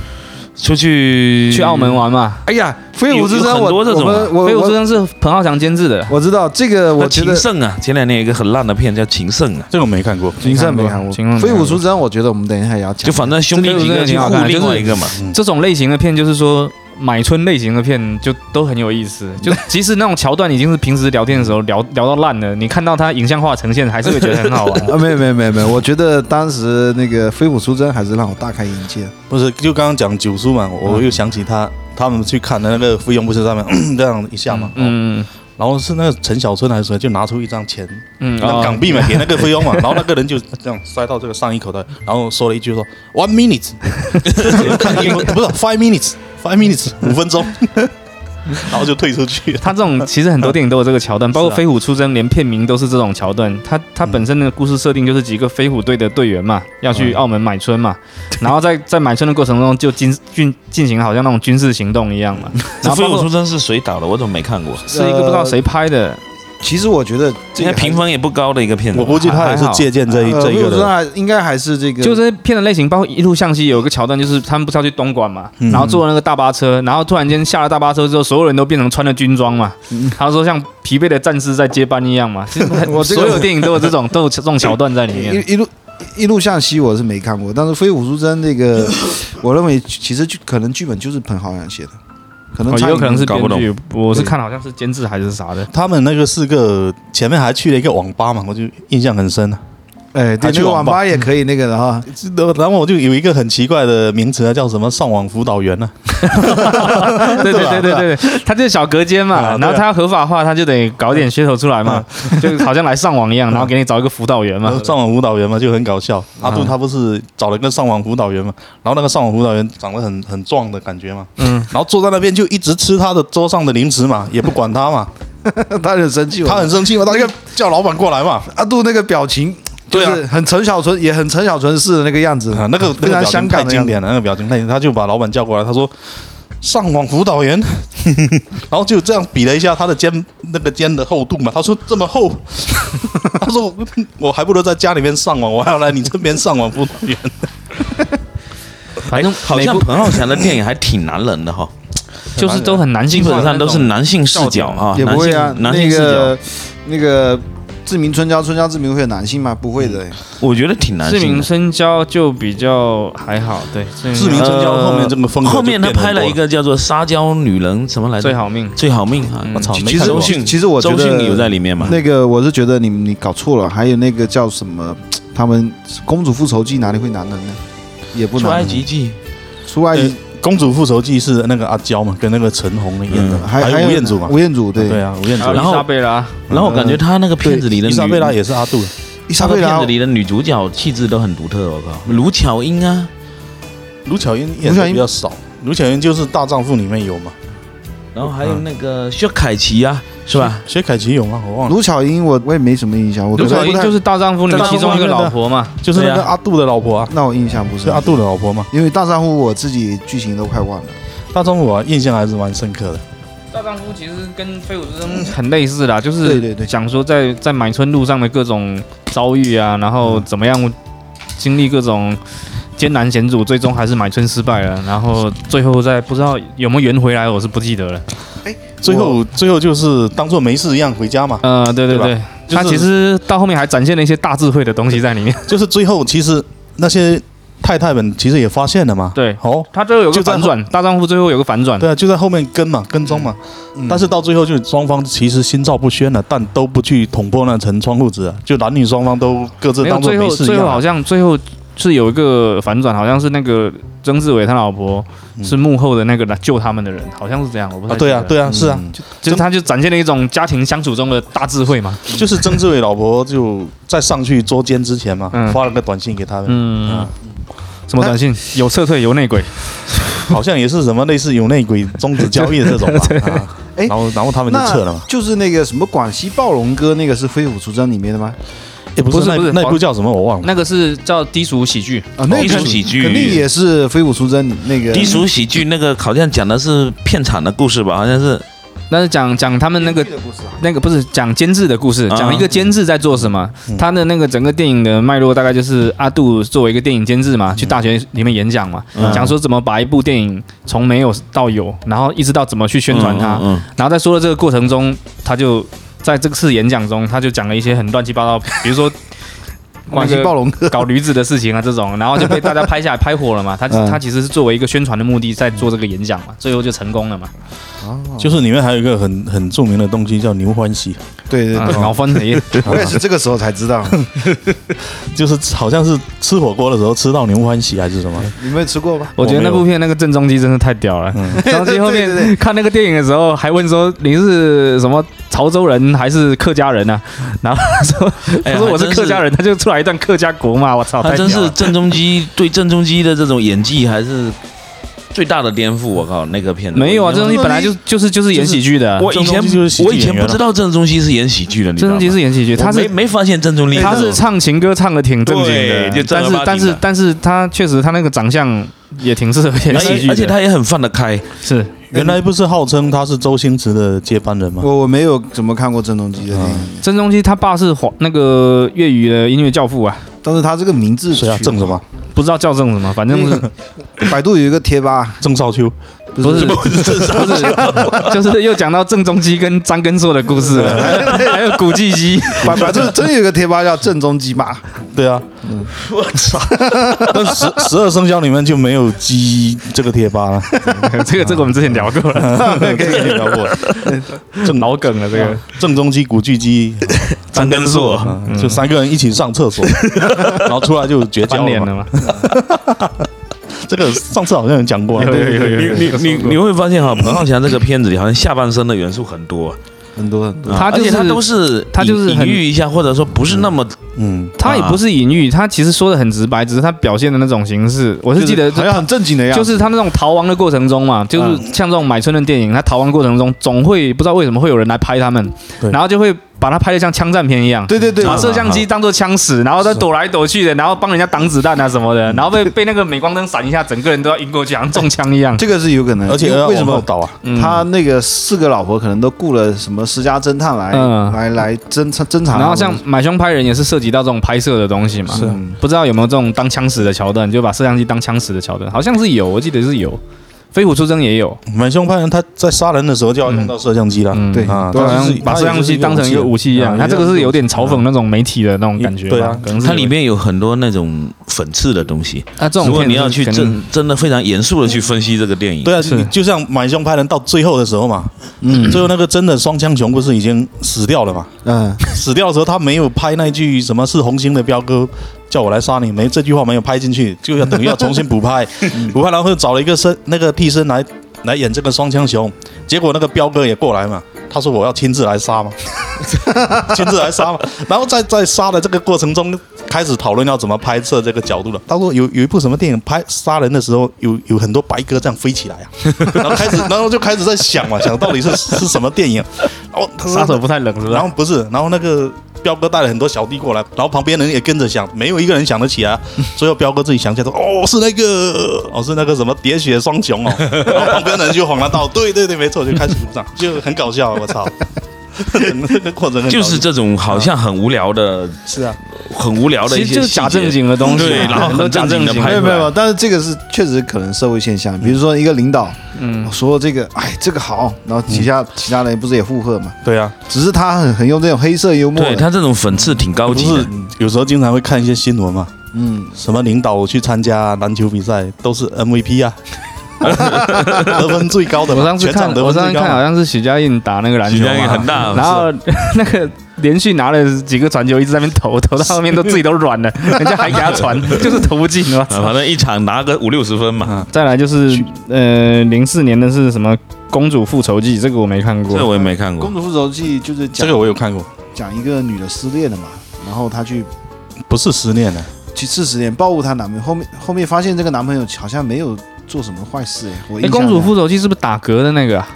Speaker 4: 出去
Speaker 1: 嗯
Speaker 2: 去澳门。玩嘛，
Speaker 3: 哎呀，飞虎之
Speaker 4: 有
Speaker 3: 声，
Speaker 4: 有
Speaker 3: 我
Speaker 4: 很多这
Speaker 3: 我
Speaker 4: 种啊
Speaker 3: 们我
Speaker 2: 飞虎出
Speaker 3: 我
Speaker 2: 征是彭浩翔监制的，
Speaker 3: 我知道这个，
Speaker 4: 那
Speaker 3: 我觉
Speaker 4: 情
Speaker 3: 得
Speaker 4: 圣啊，前两年有一个很烂的片叫《情圣》啊，
Speaker 1: 这个我没看过，
Speaker 3: 秦胜没看
Speaker 2: 秦胜没看过
Speaker 3: 过。飞虎出征，我觉得我们等一下也要讲。
Speaker 4: 就反正兄弟几个去护另外一个嘛。
Speaker 1: 嗯
Speaker 2: 这种类型的片就是说。买春类型的片就都很有意思，
Speaker 1: 嗯
Speaker 2: 就即使那种桥段已经是平时聊天的时候聊聊到烂了，你看到它影像化呈现，还是会觉得很好玩。
Speaker 3: 啊，没有没有没有没有，我觉得当时那个飞虎出征还是让我大开眼界。
Speaker 1: 不是就刚刚讲九叔嘛，我又想起他他们去看的那个菲佣不是上面这样一下嘛，哦
Speaker 2: 嗯
Speaker 1: 然后是那个陈小春还是谁就拿出一张钱
Speaker 2: 嗯，
Speaker 1: 那
Speaker 2: 哦
Speaker 1: 港币嘛，给那个菲佣嘛，然后那个人就这样塞到这个上衣口袋，然后说了一句说 one minute，看英文不是 five minutes five minutes 五分钟，然后就退出去了。
Speaker 2: 他这 种其实很多电影都有这个桥段，包括
Speaker 3: 啊
Speaker 2: 《飞虎出征》，连片名都是这种桥段。他他本身的故事设定就是几个飞虎队的队员嘛，要去澳门买春嘛，
Speaker 3: 嗯
Speaker 2: 然后在在买春的过程中就进进进行好像那种军事行动一样 嘛。然
Speaker 4: 这
Speaker 2: 后
Speaker 4: 飞
Speaker 2: 包
Speaker 4: 虎出
Speaker 2: 括
Speaker 4: 征是谁导的？我怎么没看过？
Speaker 2: 是一个不知
Speaker 3: 呃
Speaker 2: 道谁拍的，
Speaker 3: 其实我觉得这
Speaker 4: 应
Speaker 3: 个
Speaker 4: 该
Speaker 3: 还是
Speaker 4: 评分也不高的一个片子
Speaker 1: 我。估计他也是借鉴这一
Speaker 3: 呃
Speaker 1: 这一
Speaker 3: 飞
Speaker 1: 个
Speaker 3: 虎出征
Speaker 1: 的，
Speaker 3: 还应该还是这个，
Speaker 2: 就这些片的类型，包括《一路向西》有一个桥段，就是他们不是要去东莞嘛，
Speaker 3: 嗯
Speaker 2: 然后坐那个大巴车，然后突然间下了大巴车之后，所有人都变成穿了军装嘛，他说像疲惫的战士在接班一样嘛。其实
Speaker 3: 嗯 我这个
Speaker 2: 所有电影都有这种都有这种桥段在里面。
Speaker 3: 一一路一路向西我是没看过，但是《飞虎出征》这个，我认为其实就可能剧本就是彭浩翔写的，可能
Speaker 2: 哦，也
Speaker 3: 蔡
Speaker 2: 有
Speaker 3: 明
Speaker 2: 可能是
Speaker 3: 搞
Speaker 2: 编
Speaker 3: 不懂。
Speaker 2: 剧，我是
Speaker 3: 对
Speaker 2: 看好像是监制还是啥的。
Speaker 1: 他们那个四个前面还去了一个网吧嘛，我就印象很深啊。
Speaker 3: 哎，对，
Speaker 1: 还去
Speaker 3: 去网
Speaker 1: 网
Speaker 3: 吧也可以那个的哈。
Speaker 1: 然后我就有一个很奇怪的名词啊，叫什么上网辅导员呢、啊
Speaker 2: 对对对对对， 他就是小隔间嘛
Speaker 1: 啊，
Speaker 2: 然
Speaker 1: 对
Speaker 2: 后
Speaker 1: 啊
Speaker 2: 他合法化，他就得搞点噱头出来嘛， 就好像来上网一样，然后给你找一个辅导员嘛
Speaker 1: 然后，上网辅导员嘛，就很搞笑。阿杜他不是找了个上网辅导员嘛，然后那个上网辅导员长得很很壮的感觉嘛，嗯，然后坐在那边就一直吃他的桌上的零食嘛，也不管他嘛，
Speaker 3: 他很生气，
Speaker 1: 他很生气嘛，他就叫老板过来嘛，
Speaker 3: 阿杜那个表情，
Speaker 1: 对啊
Speaker 3: 就是很陈小春，也很陈小春式的那个样子
Speaker 1: 啊，，那个那个
Speaker 3: 非常
Speaker 1: 表
Speaker 3: 香
Speaker 1: 情
Speaker 3: 港
Speaker 1: 太
Speaker 3: 的
Speaker 1: 经
Speaker 3: 样子。
Speaker 1: 典了，那个表情太，他就把老板叫过来，他说上网辅导 员，然后就这样比了一下他的肩那个肩的厚度嘛，他说这么厚， 他说我我还不如在家里面上网，我还要来你这边上网辅导员，
Speaker 2: 反正
Speaker 4: 哎好像彭浩翔的电影还挺男人的哈，
Speaker 2: 就是都很男
Speaker 4: 基
Speaker 2: 性化
Speaker 4: 本
Speaker 2: 的那
Speaker 4: 上
Speaker 2: 种，
Speaker 4: 都是男性视角啊，
Speaker 3: 也不会啊，
Speaker 4: 男
Speaker 3: 那
Speaker 4: 性男性视角，
Speaker 3: 个那个志明春娇，春娇志明会有男性吗？不会的，
Speaker 4: 我觉得挺男
Speaker 2: 志
Speaker 4: 性
Speaker 2: 明
Speaker 4: 的。
Speaker 2: 深交就比较还好，对，志
Speaker 1: 志明春娇后面这个风格就
Speaker 4: 后
Speaker 1: 变
Speaker 4: 面他
Speaker 1: 得
Speaker 4: 拍了
Speaker 1: 多
Speaker 4: 一个叫做《撒娇女人》什么来着？
Speaker 2: 最好命。
Speaker 4: 最好命啊！
Speaker 2: 嗯
Speaker 4: 我操，
Speaker 3: 其
Speaker 4: 没
Speaker 3: 其
Speaker 4: 看
Speaker 3: 实
Speaker 4: 周
Speaker 3: 我
Speaker 4: 迅，
Speaker 3: 其实我觉
Speaker 4: 周
Speaker 3: 得
Speaker 4: 迅有在里面嘛？
Speaker 3: 那个我是觉得你你搞错了，还有那个叫什么，他们《公主复仇记》哪里会男人呢？也不
Speaker 4: 出
Speaker 3: 难
Speaker 4: 埃，及记，
Speaker 3: 出埃及
Speaker 1: 《公主复仇记》是那个阿娇嘛，跟那个陈红演的，
Speaker 4: 嗯
Speaker 3: 还
Speaker 1: 有
Speaker 3: 有
Speaker 1: 吴彦祖嘛，
Speaker 3: 吴彦祖
Speaker 1: 对
Speaker 3: 对，
Speaker 1: 啊，吴彦祖
Speaker 2: 还有，
Speaker 4: 然后
Speaker 2: 伊莎贝拉，
Speaker 4: 然后我感觉他那个片子里的
Speaker 1: 伊
Speaker 4: 女
Speaker 1: 莎贝拉也是阿杜，
Speaker 3: 伊莎
Speaker 4: 他的
Speaker 3: 贝
Speaker 4: 片
Speaker 3: 拉
Speaker 4: 子。里的女主角气质都很独特，我靠，卢巧音啊，
Speaker 1: 卢巧音演的
Speaker 3: 卢巧音
Speaker 1: 比较少，卢巧音就是《大丈夫》里面有嘛，
Speaker 4: 然后还有那个薛凯琪啊，是吧？
Speaker 1: 薛凯琪有吗？我忘了，
Speaker 3: 卢巧音，我我也没什么印象，我
Speaker 2: 卢
Speaker 3: 可
Speaker 2: 巧
Speaker 3: 能
Speaker 2: 音
Speaker 3: 不太
Speaker 2: 就是《大丈夫》里面
Speaker 1: 大丈
Speaker 2: 其
Speaker 1: 夫
Speaker 2: 中一个老婆嘛，
Speaker 1: 就是那
Speaker 4: 对
Speaker 1: 个
Speaker 4: 啊
Speaker 1: 阿杜的老婆啊，
Speaker 3: 那我印象不是
Speaker 1: 是阿
Speaker 3: 很，
Speaker 1: 杜的老婆嘛。
Speaker 3: 因为大丈夫我自己剧情都快忘了。
Speaker 1: 大丈夫我印象还是蛮深刻的，
Speaker 2: 大丈夫其实跟飞虎之声嗯很类似啦，就
Speaker 3: 对对
Speaker 2: 是
Speaker 3: 对
Speaker 2: 讲说在在买春路上的各种遭遇啊，然后怎么样经历各种艰难险阻，最终还是买春失败了，然后最后再不知道有没有圆回来，我是不记得了。
Speaker 1: 最后最后就是当做没事一样回家 嘛。
Speaker 2: 呃，对对
Speaker 1: 对
Speaker 2: 对，
Speaker 1: 就是
Speaker 2: 他其实到后面还展现了一些大智慧的东西在里 面。
Speaker 1: 就是最后其实那些太太们其实也发现了嘛，
Speaker 2: 对
Speaker 1: 哦，
Speaker 2: 他最后有
Speaker 1: 就
Speaker 2: 个
Speaker 1: 在
Speaker 2: 反转，大丈夫最后有个反转，
Speaker 1: 对啊，就在后面跟嘛跟踪嘛，
Speaker 2: 嗯
Speaker 1: 但是到最后就是双方其实心照不宣了，但都不去捅破那层窗户纸啊，就男女双方都各自
Speaker 2: 没有
Speaker 1: 当做
Speaker 2: 最
Speaker 1: 没
Speaker 2: 后
Speaker 1: 事一
Speaker 2: 最后
Speaker 1: 样
Speaker 2: 好
Speaker 1: 啊。
Speaker 2: 像最后是有一个反转，好像是那个曾志伟他老婆
Speaker 1: 嗯
Speaker 2: 是幕后的那个来救他们的人，好像是这样，我不太
Speaker 1: 啊，对啊
Speaker 2: 记，得
Speaker 1: 对啊，是啊，
Speaker 2: 就是他就展现了一种家庭相处中的大智慧嘛。
Speaker 1: 就是曾志伟老婆就在上去捉奸之前嘛，
Speaker 2: 嗯
Speaker 1: 发了个短信给他们，啊
Speaker 2: 嗯，什么短信？有撤退，有内鬼。
Speaker 1: 好像也是什么类似有内鬼终止交易的这 种吧。啊
Speaker 3: 哎
Speaker 1: 然后然后他们就撤了嘛。
Speaker 3: 就是那个什么广西暴龙哥那个是《飞虎出征》里面的吗？
Speaker 1: 也不
Speaker 2: 不是
Speaker 1: 那
Speaker 2: 不是
Speaker 1: 那部叫什么我忘了。
Speaker 2: 那个是叫低俗喜剧，
Speaker 3: 啊，那
Speaker 4: 低
Speaker 3: 个
Speaker 4: 俗喜剧
Speaker 3: 肯定也是《飞虎出征》那个
Speaker 4: 低俗喜剧那个好像讲的是片场的故事吧？好像是
Speaker 2: 那是讲讲他们那个。那个不是讲监制的故事，
Speaker 4: 啊
Speaker 2: 讲一个监制在做什么。他的那个整个电影的脉络大概就是阿杜作为一个电影监制嘛，去大学里面演讲嘛，
Speaker 4: 嗯
Speaker 2: 讲说怎么把一部电影从没有到有，然后一直到怎么去宣传它。
Speaker 4: 嗯，嗯
Speaker 2: 然后在说的这个过程中，他就在这次演讲中，他就讲了一些很乱七八糟，比 如说
Speaker 3: 广西
Speaker 2: 那个
Speaker 3: 暴龙 哥，
Speaker 2: 搞驴子的事情啊这种，然后就被大家拍下来拍火了嘛。他
Speaker 3: 嗯
Speaker 2: 他其实是作为一个宣传的目的在做这个演讲嘛，最后就成功了嘛。
Speaker 1: 就是里面还有一个很很著名的东西叫牛欢喜，
Speaker 3: 对对
Speaker 2: 啊
Speaker 3: 对，
Speaker 2: 搞翻谁？
Speaker 3: 我也是这个时候才知 道，
Speaker 1: 就是好像是吃火锅的时候吃到牛欢喜还是什么，
Speaker 3: 你们有吃过吧？
Speaker 2: 我觉得那
Speaker 1: 我没有
Speaker 2: 部片那个郑中基真是太屌 了。
Speaker 1: 嗯，
Speaker 2: 郑中基后
Speaker 3: 对对对
Speaker 2: 面看那个电影的时候，还问说你是什么潮州人还是客家人啊？然后他说 他
Speaker 4: 哎呀
Speaker 2: 说我
Speaker 4: 还
Speaker 2: 是
Speaker 4: 真
Speaker 2: 客家人，他就出来一段客家国骂，我操，
Speaker 4: 他
Speaker 2: 太
Speaker 4: 哎真
Speaker 2: 屌
Speaker 4: 是
Speaker 2: 了！
Speaker 4: 郑中基对郑中基的这种演技还是最大的颠覆，我靠，那个片子
Speaker 2: 没有啊，郑
Speaker 4: 我
Speaker 2: 中基本来就就是就是演喜剧的啊，
Speaker 4: 我以前
Speaker 1: 郑中基就是喜剧
Speaker 4: 我以前
Speaker 1: 演员啊
Speaker 4: 不知道郑中基是演喜剧的，你知
Speaker 2: 郑
Speaker 4: 道吗
Speaker 2: 中基是演喜剧，
Speaker 4: 我
Speaker 2: 他
Speaker 4: 没
Speaker 2: 是
Speaker 4: 没发现郑中基
Speaker 2: 他是唱情歌唱的挺正经的
Speaker 4: 哦对就，正
Speaker 2: 但
Speaker 4: 儿
Speaker 2: 是
Speaker 4: 八经的
Speaker 2: 但是但是他确实他那个长相也挺适合演
Speaker 4: 而
Speaker 2: 喜剧的，
Speaker 4: 且哎而且他也很放 得开，
Speaker 2: 是
Speaker 1: 原来不是号称他是周星驰的接班人吗？
Speaker 3: 我我没有怎么看过郑中基的电影，
Speaker 2: 郑中基他爸是华那个粤语的音乐教父啊，
Speaker 3: 但是他这个名字
Speaker 1: 谁啊？
Speaker 3: 取
Speaker 1: 郑什么？
Speaker 2: 不知道叫郑什么，反正是
Speaker 3: 百度有一个贴吧，
Speaker 1: 郑少秋。
Speaker 2: 不是不是就是又讲到郑中基跟张根硕的故事了，还有古巨基，
Speaker 3: 百百度真有一个贴吧叫郑中基吧，
Speaker 1: 对啊，
Speaker 4: 我操！
Speaker 1: 但十十二生肖里面就没有鸡这个贴吧了，
Speaker 2: 这个这个我们之前聊过了，
Speaker 1: 这个已经聊过了。正
Speaker 2: 老梗了这个。
Speaker 1: 正中鸡、古巨基、
Speaker 4: 张根硕
Speaker 2: 啊
Speaker 1: 嗯就三个人一起上厕所，然后出来就绝
Speaker 2: 翻
Speaker 1: 交
Speaker 2: 脸
Speaker 1: 了嘛。
Speaker 2: 了嘛？
Speaker 1: 这个上次好像有讲过啊，
Speaker 2: 有有有
Speaker 4: 你
Speaker 2: 有，
Speaker 4: 你你 你会发现哈，彭浩翔这个片子里好像下半身的元素很多，
Speaker 3: 很多很多。
Speaker 4: 啊
Speaker 2: 他
Speaker 4: 而
Speaker 2: 就
Speaker 4: 且他
Speaker 2: 是
Speaker 4: 都是
Speaker 2: 他就是
Speaker 4: 隐
Speaker 2: 很
Speaker 4: 隐喻一下，或者说不是那么
Speaker 1: 嗯，
Speaker 2: 他也不是隐喻，他其实说的很直白，只是他表现的那种形式，我是记得
Speaker 3: 就好像很正经
Speaker 1: 哎
Speaker 3: 的样子，
Speaker 2: 就是他那种逃亡的过程中
Speaker 1: 嗯
Speaker 2: 嘛，就是像这种买春的电影，他逃亡过程中总会不知道为什么会有人来拍他们，
Speaker 1: 对
Speaker 2: 然后就会把他拍的像枪战片一样。
Speaker 3: 对对对，啊
Speaker 2: 把摄像机当做枪使，然后再躲来躲去的，然后帮人家挡子弹啊什么的，然后被被那个镁光灯闪一下，整个人都要晕过去，好像中枪一 样。
Speaker 3: 这个是有可能。
Speaker 1: 而且
Speaker 3: 嗯因为为什
Speaker 1: 要往后
Speaker 3: 么
Speaker 1: 倒啊？
Speaker 3: 他那个四个老婆可能都雇了什么私家侦探来
Speaker 2: 嗯
Speaker 3: 来来侦查侦查？
Speaker 2: 然后像买凶拍人也是涉及到这种拍摄的东西嘛，
Speaker 1: 是啊
Speaker 2: 不知道有没有这种当枪使的桥段，就把摄像机当枪使的桥段，好像是有，我记得是有，飞虎出征也有，
Speaker 1: 满凶派人他在杀人的时候就要用到摄像机了，
Speaker 2: 嗯
Speaker 3: 对
Speaker 1: 啊，
Speaker 3: 对
Speaker 1: 他就
Speaker 2: 好像
Speaker 1: 是
Speaker 2: 把摄像机当成一个武器一样，
Speaker 1: 他
Speaker 2: 他这个是有点嘲讽那种媒体的那种感觉吧，
Speaker 1: 对啊
Speaker 2: 可嗯能是
Speaker 4: 它里面有很多那种讽刺的东西。
Speaker 2: 啊这种
Speaker 4: 如果
Speaker 2: 片
Speaker 4: 你要去
Speaker 2: 肯定
Speaker 4: 真 真的非常严肃的去分析这个电影，
Speaker 1: 对啊，你就像满凶派人到最后的时候嘛，嗯，最后那个真的双枪熊不是已经死掉了嘛？
Speaker 3: 嗯，
Speaker 1: 死掉的时候他没有拍那句什么是红星的彪哥叫我来杀你，没这句话没有拍进去，就要等于要重新补 拍，补拍然后找了一个身那个替身来来演这个双枪熊，结果那个彪哥也过来嘛，他说我要亲自来 杀嘛，亲自来杀嘛，然后在在杀的这个过程中开始讨论要怎么拍摄这个角度了。他说有有一部什么电影拍杀人的时候有有很多白鸽这样飞起来啊，然后开始然后就开始在想嘛，想到底是是什么电影，然后他
Speaker 2: 杀手不太冷是
Speaker 1: 然
Speaker 2: 吧？
Speaker 1: 后不是，然后那个彪哥带了很多小弟过来，然后旁边人也跟着想，没有一个人想得 起来、啊。最后彪哥自己想起来说：“哦，是那个，哦是那个什么喋血双雄哦。”然后旁边的人就恍然大悟：“对对对，没错，就开始鼓掌，就很搞笑啊、我 操，整个这个过程很搞笑
Speaker 4: 就是这种好像很无聊的，
Speaker 1: 是啊，
Speaker 4: 很无聊的
Speaker 2: 其
Speaker 4: 一
Speaker 2: 实
Speaker 4: 些
Speaker 2: 就是假
Speaker 4: 细节
Speaker 2: 正经的东西嘛，
Speaker 4: 对然后
Speaker 2: 很多
Speaker 4: 很
Speaker 2: 假
Speaker 4: 正
Speaker 2: 正
Speaker 4: 经的
Speaker 2: 经
Speaker 4: 拍
Speaker 3: 没
Speaker 4: 出
Speaker 3: 有
Speaker 4: 来
Speaker 3: 没有，没有但是这个是确实可能社会现象，比如说一个领导，嗯，说这个哎这个好，然后底下、其他人不是也附和嘛？
Speaker 1: 对啊，
Speaker 3: 只是他很很用这种黑色幽默的，
Speaker 4: 对他这种讽刺挺高
Speaker 1: 不
Speaker 4: 级
Speaker 1: 是
Speaker 4: 的，
Speaker 1: 有时候经常会看一些新闻嘛，
Speaker 3: 嗯，
Speaker 1: 什么领导去参加篮球比赛都是 MVP 啊， 得分最高的嘛，
Speaker 2: 我上次
Speaker 1: 全场
Speaker 2: 看，
Speaker 1: 得
Speaker 2: 我
Speaker 1: 分最
Speaker 2: 上
Speaker 1: 高
Speaker 2: 次看好
Speaker 1: 嘛。
Speaker 2: 像是许家印打那个篮球
Speaker 4: 体
Speaker 2: 嘛，
Speaker 4: 量也很大。
Speaker 2: 然后那个连续拿了几个传球，一直在那边投，投到后面都自己都软了，人家还给他传，就是投不进嘛。
Speaker 4: 啊反正一场拿个五六十分嘛，
Speaker 2: 再来就是呃，零四年的是什么《公主复仇记》，这个我没看
Speaker 4: 这
Speaker 2: 过。
Speaker 4: 我也没看
Speaker 3: 《
Speaker 4: 过
Speaker 3: 公。主复仇记》就是
Speaker 1: 这
Speaker 3: 讲
Speaker 1: 个我有看过，
Speaker 3: 讲一个女的失恋了嘛，然后她去
Speaker 1: 不是失恋的，
Speaker 3: 去四十年报复她男朋友，后面后面发现这个男朋友好像没有做什么坏事，哎我
Speaker 2: 哎，
Speaker 3: 印
Speaker 2: 《
Speaker 3: 象
Speaker 2: 公主
Speaker 3: 中
Speaker 2: 复仇记》是不是打嗝的那个啊？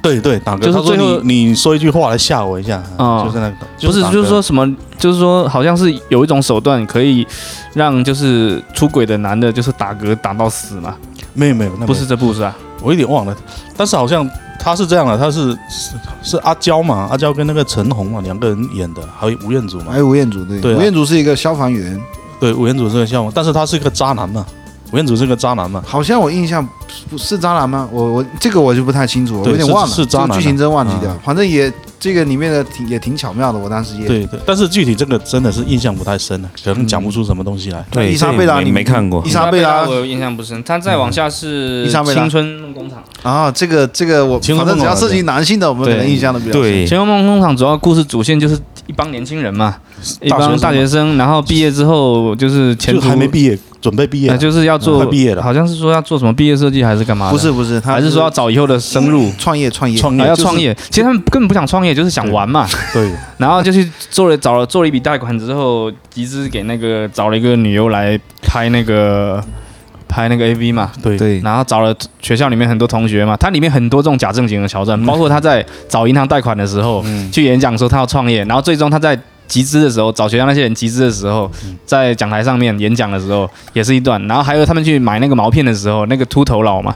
Speaker 1: 对对，打嗝。
Speaker 2: 就是
Speaker 1: 他说
Speaker 2: 最后
Speaker 1: 你你说一句话来吓我一下，
Speaker 2: 哦
Speaker 1: 就是那个，
Speaker 2: 不是
Speaker 1: 打，嗝
Speaker 2: 就是说，什么？就是说，好像是有一种手段可以让就是出轨的男的，就是打嗝打到死嘛？
Speaker 1: 没有没有，那没有
Speaker 2: 不是，这部是吧？
Speaker 1: 我有点忘了，但是好像他是这样的，他是是是阿娇嘛，阿娇跟那个陈红嘛两个人演的，还有吴彦
Speaker 2: 哎
Speaker 1: 祖嘛
Speaker 3: 哎还，有吴彦祖对，
Speaker 1: 对啊
Speaker 3: 吴彦祖是一个消防员，
Speaker 1: 对，吴彦祖是个笑话，但是他是个渣男嘛，吴彦祖是个渣男嘛，
Speaker 3: 好像我印象不是渣男吗？我我这个我就不太清楚，我
Speaker 1: 对
Speaker 3: 有点忘了，
Speaker 1: 是是渣男啊
Speaker 3: 这个剧情真忘记掉。反正也这个里面的挺也挺巧妙的，我当时
Speaker 2: 哎
Speaker 3: 也
Speaker 1: 对对，但是具体这个真的是印象不太深了，啊可能讲不出什么东西来。
Speaker 4: 对
Speaker 3: 伊莎
Speaker 4: 这
Speaker 3: 贝拉
Speaker 4: 没
Speaker 3: 你
Speaker 4: 没看过
Speaker 3: 伊莎贝拉
Speaker 2: 我有印象不深。他再往下是
Speaker 3: 伊莎贝拉
Speaker 2: 青春梦工厂。
Speaker 3: 啊，这个这个我
Speaker 1: 青春
Speaker 3: 反正只要涉及男性的，我们可能
Speaker 2: 对
Speaker 3: 印象都比较深
Speaker 4: 对
Speaker 2: 《前锋梦工厂》主要故事主线就是一帮年轻人嘛，一帮大学生，然后毕业之后就是前
Speaker 1: 就
Speaker 2: 途
Speaker 1: 还没毕业，准备毕业啊
Speaker 2: 呃
Speaker 1: 了，
Speaker 2: 就是要做
Speaker 1: 快毕业了
Speaker 2: 好像是说要做什么毕业设计还是干嘛的？
Speaker 3: 不是不是，他
Speaker 2: 还是说要找以后的生路。
Speaker 3: 创业创业，
Speaker 1: 创业
Speaker 2: 啊，要
Speaker 1: 就是
Speaker 2: 创业，其实他们根本不想创业，就是想玩嘛。
Speaker 1: 对，
Speaker 2: 然后就去做了，找了做了一笔贷款之后，集资给那个找了一个女优来拍那个拍那个 AV 嘛。
Speaker 1: 对
Speaker 3: 对，
Speaker 2: 然后找了学校里面很多同学嘛，它里面很多这种假正经的桥段，包括他在找银行贷款的时候，去演讲说他要创业，然后最终他在集资的时候，找学校那些人集资的时候，在讲台上面演讲的时候也是一段，然后还有他们去买那个毛片的时候，那个秃头佬嘛，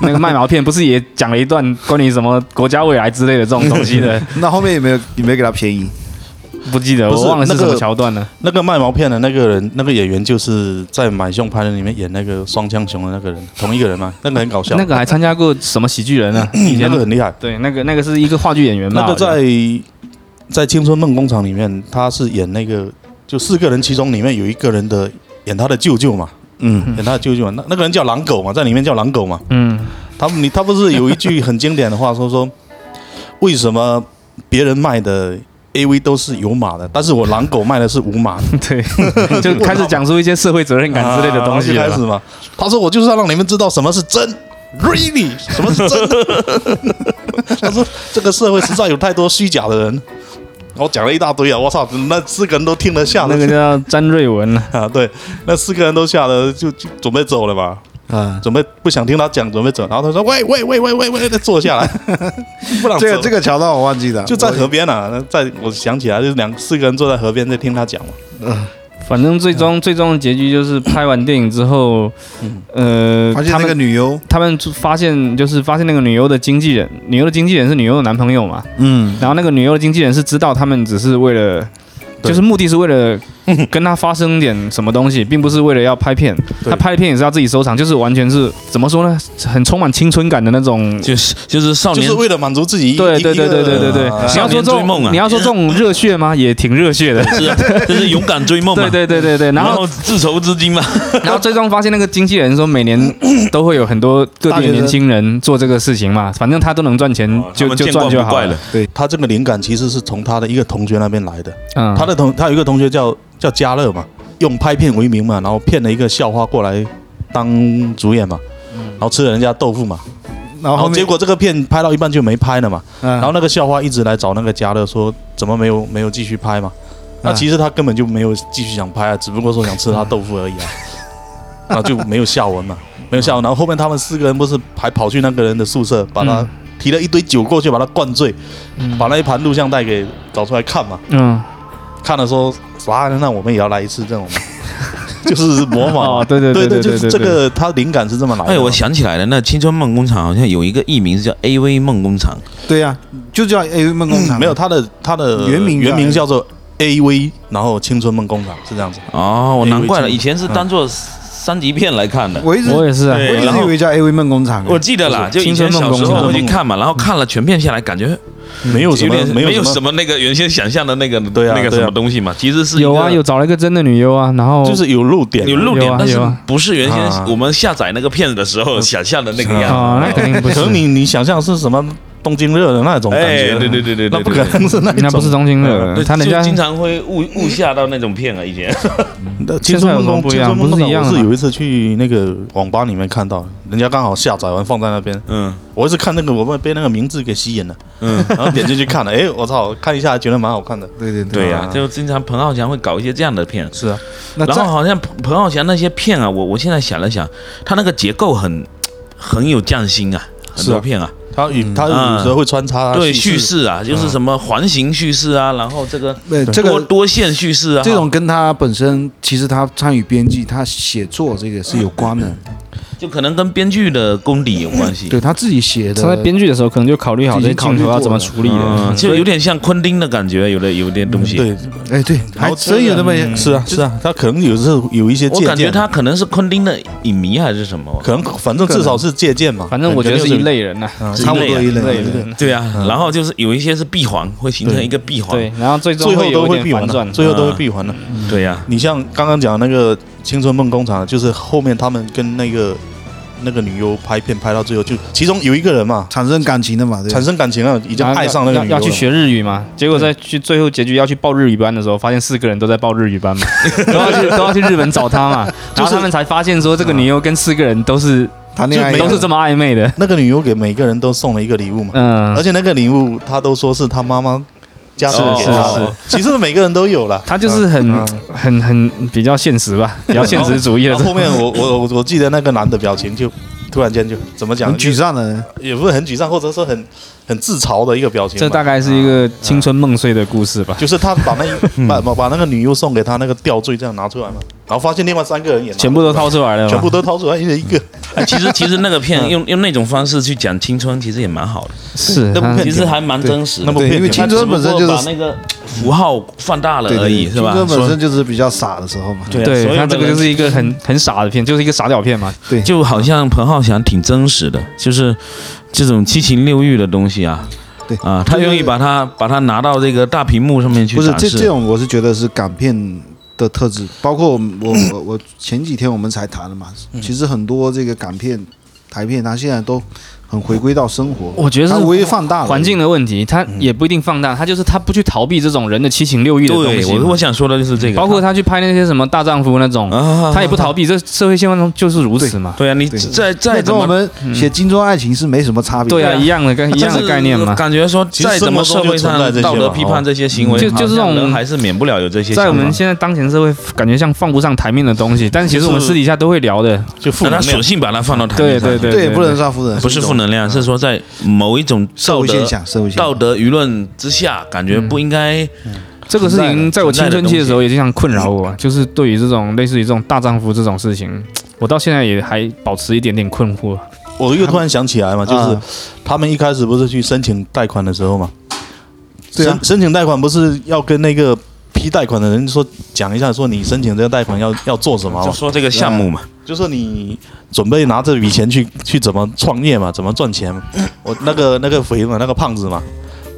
Speaker 2: 那个卖毛片不是也讲了一段关于什么国家未来之类的这种东西的，
Speaker 3: 那后面有没有有没有给他便宜？
Speaker 2: 不记得
Speaker 1: 不是
Speaker 2: 我忘了是什
Speaker 1: 那
Speaker 2: 么
Speaker 1: 个
Speaker 2: 桥段了。
Speaker 1: 那个卖毛片的那个人，那个演员就是在《买凶拍人》里面演那个双枪熊的那个人，同一个人嘛，那个很搞笑，
Speaker 2: 那个还参加过什么喜剧人 啊？以
Speaker 1: 那
Speaker 2: 前
Speaker 1: 个很厉害。
Speaker 2: 对，那个那个是一个话剧演员嘛，
Speaker 1: 那个
Speaker 2: 好像
Speaker 1: 在在《青春梦工厂》里面，他是演那个就四个人，其中里面有一个人的演他的舅舅嘛，
Speaker 3: 嗯，
Speaker 1: 演他的舅舅嘛，那那个人叫狼狗嘛，在里面叫狼狗嘛。
Speaker 2: 嗯，
Speaker 1: 他你他不是有一句很经典的话说说，为什么别人卖的 AV 都是有码的，但是我狼狗卖的是无码的？
Speaker 2: 对， 就开始讲出一些社会责任感之类的东西
Speaker 1: 啊
Speaker 2: 了
Speaker 1: 然后就开
Speaker 2: 吧。
Speaker 1: 始嘛。他说我就是要让你们知道什么是真，really，什么是真。 他说这个社会实在有太多虚假的人。我讲了一大堆啊！我操，那四个人都听得下
Speaker 2: 那个叫詹瑞文了，
Speaker 1: 啊，对，那四个人都吓得就就准备走了吧，
Speaker 3: 啊，
Speaker 1: 准备不想听他讲，准备走。然后他说：“喂喂喂喂喂喂，再坐下来， 不然
Speaker 3: 这个这
Speaker 1: 个
Speaker 3: 个桥段我忘记了，
Speaker 1: 啊就在
Speaker 3: 我
Speaker 1: 河边啊。那在我想起来，就是两四个人坐在河边在听他讲嘛。
Speaker 2: 反正最终最终的结局就是拍完电影之后，呃，
Speaker 1: 嗯
Speaker 3: 发现
Speaker 2: 他
Speaker 3: 那个
Speaker 2: 们
Speaker 3: 女优，
Speaker 2: 他们就发现就是发现那个女优的经纪人，女优的经纪人是女优的男朋友嘛，
Speaker 3: 嗯，
Speaker 2: 然后那个女优的经纪人是知道他们只是为了，
Speaker 1: 对
Speaker 2: 就是目的是为了跟他发生点什么东西，并不是为了要拍片。
Speaker 1: 对
Speaker 2: 他拍的片也是他自己收藏，就是完全是怎么说呢，很充满青春感的那种。
Speaker 4: 就是就是少
Speaker 1: 就
Speaker 4: 年
Speaker 1: 是为了满足自己一
Speaker 2: 对
Speaker 1: 一
Speaker 2: 对对
Speaker 1: 一
Speaker 2: 对
Speaker 1: 个
Speaker 2: 对对对，
Speaker 1: 啊
Speaker 2: 你要说这
Speaker 4: 少年追梦
Speaker 2: 种
Speaker 4: 啊
Speaker 2: 你要说这种热血吗？也挺热血的。
Speaker 4: 是啊，就是勇敢追梦嘛。
Speaker 2: 对对对对对，然
Speaker 4: 然
Speaker 2: 后
Speaker 4: 后自筹资金嘛，
Speaker 2: 然后最终发现那个经纪人说，每年都会有很多各
Speaker 3: 大
Speaker 2: 地
Speaker 3: 学
Speaker 2: 的年
Speaker 3: 生
Speaker 2: 轻人做这个事情嘛，反正 他都能赚钱就
Speaker 4: 哦他们
Speaker 2: 就
Speaker 4: 见
Speaker 2: 赚
Speaker 4: 惯
Speaker 2: 就
Speaker 4: 不
Speaker 2: 好
Speaker 4: 怪了。。
Speaker 1: 他这个灵感其实是从他的一个同学那边来的。
Speaker 2: 嗯，
Speaker 1: 他的同他有一个同学叫叫嘉乐嘛，用拍片为名嘛，然后骗了一个校花过来当主演嘛，然后吃了人家豆腐嘛，
Speaker 3: 嗯然
Speaker 1: 然
Speaker 3: 后后
Speaker 1: 后
Speaker 3: 面
Speaker 1: 结，果这个片拍到一半就没拍了嘛，
Speaker 3: 然
Speaker 2: 嗯
Speaker 1: 然后那个校花一直来找那个嘉乐说怎么没有没有继续拍嘛，
Speaker 2: 嗯
Speaker 1: 那
Speaker 3: 啊
Speaker 1: 其实他根本就没有继续想拍啊，只不过说想吃他豆腐而已 啊，然后就没有下文嘛，没有下文，然后后面他们四个人不是还跑去那个人的宿舍把他
Speaker 2: 嗯。
Speaker 1: 提了一堆酒过去，把他灌醉，把那一盘录像带给找出来看嘛。
Speaker 2: 嗯
Speaker 1: 看了说啥，那我们也要来一次这种， 就是模仿。
Speaker 2: 哦对对
Speaker 1: 对
Speaker 2: 对
Speaker 1: 就
Speaker 2: 对
Speaker 1: 是这
Speaker 2: 对
Speaker 1: 个，他灵感是这么来的。
Speaker 4: 哎，我想起来了，那青春梦工厂好像有一个艺名是叫 AV 梦工厂，
Speaker 3: 对呀，就叫 A 梦工厂，
Speaker 1: 嗯没有他的他的
Speaker 3: 原名叫
Speaker 1: 原名叫做 A V，然后青春梦工厂是这样子。
Speaker 4: 哦，我
Speaker 1: AV
Speaker 4: 难怪了，
Speaker 1: 机
Speaker 4: 以前是当做三级片来看的。
Speaker 3: 我一直
Speaker 2: 我
Speaker 3: 我
Speaker 2: 也是啊，
Speaker 4: 对
Speaker 3: 一
Speaker 4: 然
Speaker 3: 直
Speaker 4: 后
Speaker 3: 以为叫 AV 梦工厂，
Speaker 4: 我记得啦，就
Speaker 2: 就是
Speaker 4: 以前
Speaker 2: 青春
Speaker 4: 小
Speaker 2: 梦
Speaker 4: 时
Speaker 1: 工
Speaker 4: 候
Speaker 1: 厂
Speaker 4: 会去看嘛，然后看了全片下来，感觉
Speaker 2: 嗯
Speaker 1: 没有什
Speaker 4: 有
Speaker 1: 么
Speaker 4: 点
Speaker 1: 有
Speaker 4: 有
Speaker 1: 什
Speaker 4: 什么那个原先想象的那个
Speaker 1: 对啊
Speaker 4: 那个
Speaker 1: 对啊
Speaker 4: 什么东西嘛，其实是一个
Speaker 2: 有啊，有找了一个真的女优啊，然后
Speaker 1: 就是有露点，
Speaker 4: 有露
Speaker 2: 有
Speaker 4: 点
Speaker 2: 啊，
Speaker 4: 但是
Speaker 2: 有啊
Speaker 4: 不是原
Speaker 1: 啊
Speaker 4: 先我们下载那个片子的时候想象的那个样子。
Speaker 2: 哦，那肯定不
Speaker 1: 可
Speaker 2: 是
Speaker 1: 能，你你想象是什么东京热的那种感觉，
Speaker 4: 哎，对对对对对，
Speaker 1: 那不
Speaker 4: 对
Speaker 1: 可能是那
Speaker 2: 那不是
Speaker 1: 种
Speaker 2: 东京的，
Speaker 4: 对
Speaker 2: 嗯他人
Speaker 4: 就
Speaker 2: 家
Speaker 4: 经常会误误吓到那种片啊，以前
Speaker 1: 青春梦工
Speaker 2: 现在有什么
Speaker 1: 青
Speaker 2: 不一样
Speaker 1: 春梦工厂
Speaker 2: 不是一样的
Speaker 1: 我
Speaker 2: 吗
Speaker 1: 是有一次去那个网吧里面看到，人家刚好下载完放在那边，
Speaker 4: 嗯
Speaker 1: 我是看那个我们被那个名字给吸引了，
Speaker 4: 嗯，
Speaker 1: 然后点进去看了，哎，我操，看一下觉得蛮好看的。
Speaker 3: 对对
Speaker 4: 对呀
Speaker 1: 啊，
Speaker 4: 嗯就经常彭浩翔会搞一些这样的片，
Speaker 1: 是啊，
Speaker 3: 那呃
Speaker 4: 然后
Speaker 3: 再
Speaker 4: 好像彭彭浩翔那些片啊，我我现在想了想，他那个结构很很有匠心啊，很
Speaker 1: 是啊
Speaker 4: 多片啊，
Speaker 1: 他有他有时候会穿插
Speaker 4: 嗯对叙，事啊，就是什么环形叙事啊，然后这个
Speaker 3: 呃这
Speaker 4: 多
Speaker 3: 个
Speaker 4: 多线叙事啊，
Speaker 3: 这种跟他本身其实他参与编剧，他写作这个是有关
Speaker 4: 嗯
Speaker 3: 的，
Speaker 4: 就可能跟编剧的功底有关 系。
Speaker 3: 对他自己写的，
Speaker 2: 他在编剧的时候可能就考虑好这些镜头啊要怎么处理
Speaker 4: 嗯，
Speaker 2: 了。
Speaker 4: 就有点像昆汀的感觉，有的有点东西。
Speaker 1: 对，
Speaker 3: 哎对，
Speaker 1: 然
Speaker 3: 还
Speaker 1: 后
Speaker 3: 真有那么
Speaker 2: 嗯
Speaker 1: 是啊是啊，他可能有时候有一些
Speaker 4: 我
Speaker 1: 借
Speaker 4: 感觉
Speaker 1: 鉴，
Speaker 4: 他可能是昆汀的影迷还是什么。
Speaker 1: 可能反正至少是借鉴嘛，
Speaker 2: 反正我觉得是
Speaker 1: 肯定
Speaker 2: 一类人呐，
Speaker 1: 嗯
Speaker 4: 是
Speaker 3: 差不多一
Speaker 4: 一
Speaker 3: 类
Speaker 2: 类
Speaker 3: 对
Speaker 2: 人。
Speaker 4: 对啊，然后就是有一些是闭环，会形成一个闭
Speaker 2: 嗯
Speaker 4: 环。
Speaker 2: 对，然后最终
Speaker 1: 最后
Speaker 2: 有
Speaker 1: 都
Speaker 2: 一
Speaker 1: 会
Speaker 2: 点
Speaker 1: 闭环
Speaker 2: 反
Speaker 1: 的，
Speaker 2: 转，嗯
Speaker 1: 最后都会闭环的。
Speaker 4: 对 啊呀，
Speaker 1: 你像刚刚讲那个《青春梦工厂》，就是后面他们跟那个那个女优拍片拍到最后，就其中有一个人嘛
Speaker 3: 产生感情的嘛，对吧
Speaker 1: 产生感情了，已经
Speaker 2: 然后
Speaker 1: 爱上那个
Speaker 2: 啊要
Speaker 1: 女优
Speaker 2: 要
Speaker 1: 了
Speaker 2: 去。学日语嘛，结果在去最后结局要去报日语班的时候，发现四个人都在报日语班 嘛，都要去都要去日本找他嘛，然后他们才发现说这个女优跟四个人都是
Speaker 3: 谈恋爱
Speaker 1: 就没有
Speaker 2: 都是这么暧昧的，
Speaker 1: 那个女优给每个人都送了一个礼物嘛，
Speaker 2: 嗯
Speaker 1: 而，且那个礼物她都说是她妈妈家
Speaker 4: 是
Speaker 1: 送给
Speaker 4: 是
Speaker 1: 她的
Speaker 4: 是，
Speaker 1: 其实每个人都有了。嗯
Speaker 2: 他就是很很很比较现实吧，比较现实 主义的
Speaker 1: 然后。后面我我我我记得那个男的表情就突然间就怎么讲，
Speaker 3: 很沮
Speaker 1: 就
Speaker 3: 丧的，
Speaker 1: 也不是很沮丧，或者说很很自嘲的一个表情吧。
Speaker 2: 这大概是一个青春梦碎的故事吧。
Speaker 1: 就是他把那一把把把那个女优送给他那个吊坠这样拿出来嘛，然后发现另外三个人也拿
Speaker 2: 全部都掏出来了嘛，
Speaker 1: 全部都掏出来一人一个，
Speaker 4: 哎其实其实那个
Speaker 2: 嗯
Speaker 4: 片用用那种方式去讲青春，其实也蛮好的，
Speaker 2: 是
Speaker 1: 那部
Speaker 2: 他
Speaker 1: 片
Speaker 4: 其实还蛮真实的。
Speaker 1: 那么
Speaker 3: 对，因为
Speaker 1: 片
Speaker 3: 青
Speaker 4: 他
Speaker 3: 春
Speaker 4: 只不
Speaker 3: 本身
Speaker 4: 过
Speaker 3: 就
Speaker 4: 把
Speaker 3: 是
Speaker 4: 那个符号放大了
Speaker 3: 对
Speaker 4: 而已，
Speaker 3: 对，
Speaker 4: 是
Speaker 3: 青
Speaker 4: 吧？
Speaker 3: 春本
Speaker 4: 说
Speaker 3: 身就是比较傻的时候嘛，
Speaker 4: 对啊所
Speaker 2: 对
Speaker 4: 有
Speaker 2: 他
Speaker 4: 的
Speaker 2: 这个
Speaker 4: 人
Speaker 2: 就是一个很很傻的片，就是一个傻屌片嘛。
Speaker 3: 对，
Speaker 4: 就好像彭浩翔挺真实的，就是这种七情六欲的东西啊。
Speaker 3: 对
Speaker 4: 啊，他愿意把它把它拿到这个大屏幕上面去
Speaker 3: 不是
Speaker 4: 展
Speaker 3: 这
Speaker 4: 示。
Speaker 3: 这种，我是觉得是港片的特质，包括我
Speaker 4: 嗯
Speaker 3: 们我我我前几天我们才谈了嘛，其实很多这个港片、台片，它现在都很回归到生活，
Speaker 2: 我觉得是
Speaker 3: 它微放大了
Speaker 2: 环境的问题，他也不一定放大，他就是他不去逃避这种人的七情六欲的东
Speaker 4: 对，
Speaker 2: 西
Speaker 4: 我
Speaker 2: 嘛
Speaker 4: 我。想说的就是这个，
Speaker 2: 包括他去拍那些什么大丈夫那种，
Speaker 4: 啊，
Speaker 2: 他也不逃避，这社会现况中就是如此嘛。
Speaker 4: 对啊，你
Speaker 3: 对
Speaker 4: 再
Speaker 3: 那
Speaker 4: 再怎
Speaker 3: 跟我
Speaker 4: 么
Speaker 3: 们写《荆州爱情》是没什么差
Speaker 2: 嗯
Speaker 3: 别的。
Speaker 2: 对啊，
Speaker 4: 对啊
Speaker 2: 一样的跟一样
Speaker 4: 但
Speaker 2: 的
Speaker 4: 是
Speaker 2: 概念嘛。
Speaker 4: 感觉说
Speaker 1: 其实
Speaker 4: 再怎么社会
Speaker 1: 生
Speaker 4: 上
Speaker 1: 活中就存在这些嘛
Speaker 4: 道德批判这些行为，
Speaker 2: 就就这种
Speaker 4: 好像人还是免不了有这些想法。
Speaker 2: 在我们现在当前社会，感觉像放不上台面的东西，但是其实我们私底下都会聊的。
Speaker 1: 就负
Speaker 4: 但他
Speaker 1: 能量
Speaker 4: 索。性把它放到台
Speaker 2: 对
Speaker 4: 面上，
Speaker 2: 对对，
Speaker 3: 对，
Speaker 2: 对
Speaker 3: 不能算负能量，
Speaker 4: 不是
Speaker 3: 一种
Speaker 4: 负能量，是说在某一种
Speaker 3: 社
Speaker 4: 道
Speaker 3: 会现
Speaker 4: 德
Speaker 3: 象，社会现象
Speaker 4: 道。德舆论之下，感觉不应该
Speaker 2: 这个事情在我青春期的时候也经常困扰我，就是对于这种类似于这种大丈夫这种事情，我到现在也还保持一点点困 惑。
Speaker 1: 我又突然想起来嘛，就是
Speaker 3: 啊
Speaker 1: 他们一开始不是去申请贷款的时候嘛，
Speaker 3: 对啊
Speaker 1: 申申请贷款不是要跟那个批贷款的人说讲一下，说你申请这个贷款要要做什么
Speaker 4: 就
Speaker 1: 嘛，
Speaker 4: 说这个项目嘛。
Speaker 1: 就说你准备拿这笔钱去去怎么创业嘛，怎么赚钱嘛。我那个那个肥嘛，那个胖子嘛，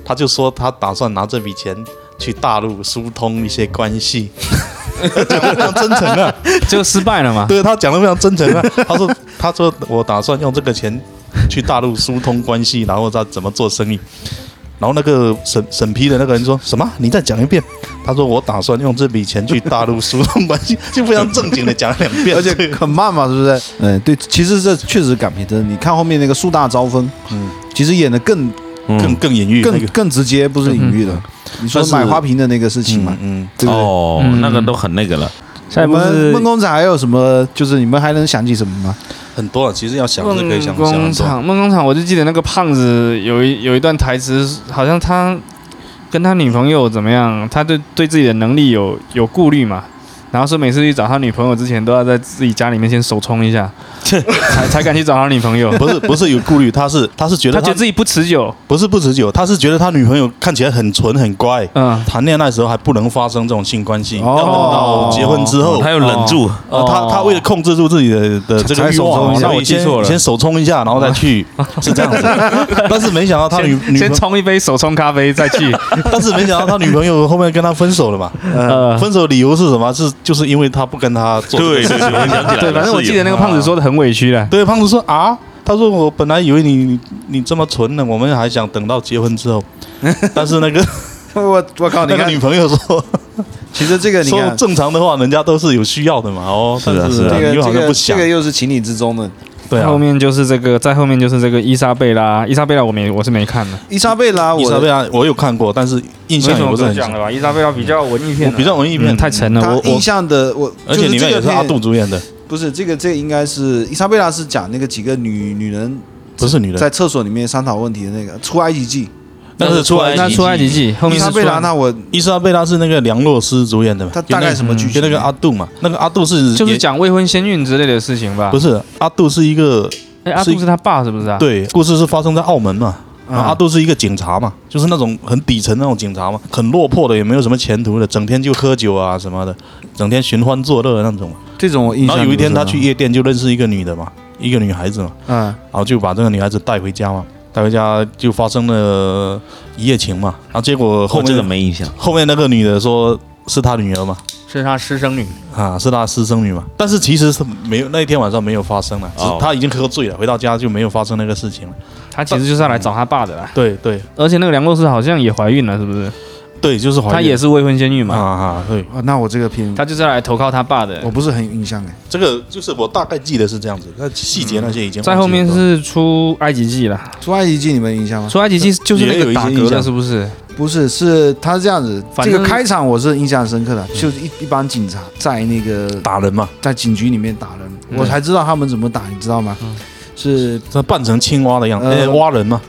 Speaker 1: 他就说他打算拿这笔钱去大陆疏通一些关系，讲的非常真诚啊。
Speaker 2: 这个失败了嘛？
Speaker 1: 对他讲的非常真诚啊，他说他说我打算用这个钱去大陆疏通关系，然后再怎么做生意。然后那个审审批的那个人说什么？你再讲一遍。他说我打算用这笔钱去大陆疏通关系，就非常正经的讲了两遍，
Speaker 3: 而且很慢嘛，是不是？嗯，对，其实这确实是港片真的。你看后面那个树大招风，
Speaker 1: 嗯
Speaker 3: 其实演的更
Speaker 1: 更
Speaker 4: 嗯
Speaker 1: 更隐喻那
Speaker 3: 更
Speaker 1: 个
Speaker 3: 更直接，不是隐喻的。你说
Speaker 1: 但是
Speaker 3: 买花瓶的那个事情嘛，
Speaker 1: 嗯，
Speaker 3: 对不对？
Speaker 4: 哦
Speaker 2: 嗯，
Speaker 4: 那个都很那个了。
Speaker 3: 我们梦工厂还有什么？就是你们还能想起什么吗？
Speaker 1: 很多了。其实要想是可以
Speaker 2: 梦
Speaker 1: 想想
Speaker 2: 工
Speaker 1: 很多。
Speaker 2: 厂，梦工厂，我就记得那个胖子有一有一段台词，好像他跟他女朋友怎么样，他对对自己的能力有有顾虑嘛。然后说每次去找他女朋友之前，都要在自己家里面先手冲一 下，才才敢去找他女朋友。
Speaker 1: 不是不是有顾虑，他是他是觉
Speaker 2: 他
Speaker 1: 得
Speaker 2: 觉
Speaker 1: 他
Speaker 2: 得自己不持久，
Speaker 1: 不是不持久，他是觉得他女朋友看起来很纯很乖，
Speaker 2: 嗯，
Speaker 1: 谈恋爱的时候还不能发生这种性关系，
Speaker 3: 哦
Speaker 1: 要等到结婚之后
Speaker 4: 他又忍住，
Speaker 1: 呃，他他为了控制住自己的的这个
Speaker 3: 才
Speaker 1: 欲
Speaker 3: 手冲
Speaker 1: 望
Speaker 3: 一
Speaker 1: 哦，
Speaker 3: 下
Speaker 1: 那
Speaker 2: 我
Speaker 1: 我
Speaker 2: 记
Speaker 1: 先
Speaker 2: 错了
Speaker 1: 先手冲一下，然后再去，是这样子。但是没想到他女
Speaker 2: 先
Speaker 1: 女
Speaker 2: 先
Speaker 1: 朋，
Speaker 2: 冲一杯手冲咖啡再 去，
Speaker 1: 但是没想到他女朋友后面跟他分手了嘛？
Speaker 2: 呃，
Speaker 1: 分手的理由是什么？是就是因为他不跟他做这个
Speaker 4: 对
Speaker 1: 事
Speaker 4: 对
Speaker 1: 情。
Speaker 4: 对，我想起来了
Speaker 2: 对，反正我记得那个胖子说的很委屈了，
Speaker 1: 对，胖子说啊，他说我本来以为你你你这么纯呢，我们还想等到结婚之后。但是那个
Speaker 3: 我我靠，
Speaker 1: 那
Speaker 3: 你
Speaker 1: 个
Speaker 3: 看
Speaker 1: 女，朋友说
Speaker 3: 其实这个你
Speaker 1: 说
Speaker 3: 看，
Speaker 1: 正常的话，人家都是有需要的嘛。哦，
Speaker 4: 是
Speaker 1: 但
Speaker 4: 啊
Speaker 1: 是
Speaker 4: 是
Speaker 3: 这
Speaker 4: 啊
Speaker 1: 你
Speaker 3: 个
Speaker 1: 又好
Speaker 3: 这
Speaker 1: 像不
Speaker 3: 个这
Speaker 1: 想
Speaker 3: 个，又是情理之中的。
Speaker 1: 对啊
Speaker 2: 后。面就是这个，在后面就是这个伊莎贝拉，伊莎贝拉我没我是没看的，
Speaker 3: 伊莎贝拉，
Speaker 1: 伊莎
Speaker 3: 我
Speaker 1: 贝拉我有看过，但是印象也不是很
Speaker 2: 讲了吧？伊莎贝拉比较文艺片
Speaker 1: 我
Speaker 2: 啊，
Speaker 1: 比较文艺片、
Speaker 2: 嗯太沉了，
Speaker 3: 他
Speaker 2: 我
Speaker 3: 印
Speaker 2: 我
Speaker 3: 象的我，
Speaker 1: 而且
Speaker 3: 就
Speaker 1: 里面
Speaker 3: 这
Speaker 1: 也
Speaker 3: 个
Speaker 1: 是阿杜
Speaker 3: 片
Speaker 1: 主演的，
Speaker 3: 不是这个这个应该是伊莎贝拉是讲那个几个女女人
Speaker 1: 不是女人，
Speaker 3: 在厕所里面商讨问题的那个《出埃及记
Speaker 1: 但是出来
Speaker 2: 那出埃及记后》，
Speaker 3: 伊
Speaker 2: 面
Speaker 3: 莎
Speaker 2: 是
Speaker 3: 贝拉
Speaker 2: 出埃
Speaker 3: 那我
Speaker 1: 伊莎贝拉是那个梁洛施主演的嘛？
Speaker 3: 他大概什么剧
Speaker 1: 就
Speaker 3: 情？
Speaker 1: 那个阿杜嘛，那个阿杜是
Speaker 2: 就是
Speaker 1: 也
Speaker 2: 讲未婚先孕之类的事情吧
Speaker 1: 不？是阿杜是一个
Speaker 2: 哎，阿
Speaker 1: 是
Speaker 2: 杜是他爸是不是啊？
Speaker 1: 对故事是发生在澳门嘛，然后阿
Speaker 2: 啊，
Speaker 1: 杜是一个警察嘛，就是那种很底层那种警察嘛，很落魄的，也没有什么前途的，整天就喝酒啊什么的，整天寻欢作乐的那种。
Speaker 3: 这种我印
Speaker 1: 然
Speaker 3: 象。
Speaker 1: 后有一天他去，夜店就认识一个女的嘛，一个女孩子嘛，
Speaker 2: 嗯，
Speaker 1: 然后就把这个女孩子带回家嘛，带回家就发生了一夜情嘛，然后结果后
Speaker 4: 后
Speaker 1: 面
Speaker 4: 这个哦没印象，
Speaker 1: 后面那个女的说是她女儿嘛，
Speaker 2: 是他私生女，
Speaker 1: 啊，是她私生女嘛。但是其实是没有那一天晚上没有发生啊了，只
Speaker 4: 哦
Speaker 1: 她已经喝醉了，回到家就没有发生那个事情了。
Speaker 2: 他其实就是要来找他爸的啦。
Speaker 1: 对对
Speaker 2: 而且那个梁洛施好像也怀孕了，是不是？
Speaker 1: 对，就是怀孕
Speaker 2: 她也是未婚先孕
Speaker 1: 啊
Speaker 2: 嘛，
Speaker 1: 啊，对，
Speaker 3: 啊，那我这个片
Speaker 2: 她就是要来投靠他爸的
Speaker 3: 我。不是很有印象哎。
Speaker 1: 这个就是我大概记得是这样子，那细节那些已经
Speaker 2: 在
Speaker 1: 忘记
Speaker 2: 后面
Speaker 1: 了
Speaker 2: 是出埃及记了，
Speaker 3: 出埃及记你们有印象吗？
Speaker 2: 出埃及记就是那
Speaker 1: 也有
Speaker 2: 个
Speaker 1: 一些
Speaker 2: 打
Speaker 1: 印
Speaker 2: 嗝
Speaker 1: 象
Speaker 2: 的，是不是？
Speaker 3: 不是，是他是这样子。
Speaker 2: 反
Speaker 3: 这
Speaker 2: 正
Speaker 3: 个开场我是印象深刻的，就是一一帮警察在那个
Speaker 1: 嗯打人嘛，
Speaker 3: 在警局里面打人，
Speaker 2: 嗯
Speaker 3: 我才知道他们怎么打，你知道吗？
Speaker 1: 嗯
Speaker 3: 是
Speaker 1: 他扮成青蛙的样子，
Speaker 3: 呃
Speaker 1: 哎蛙人嘛，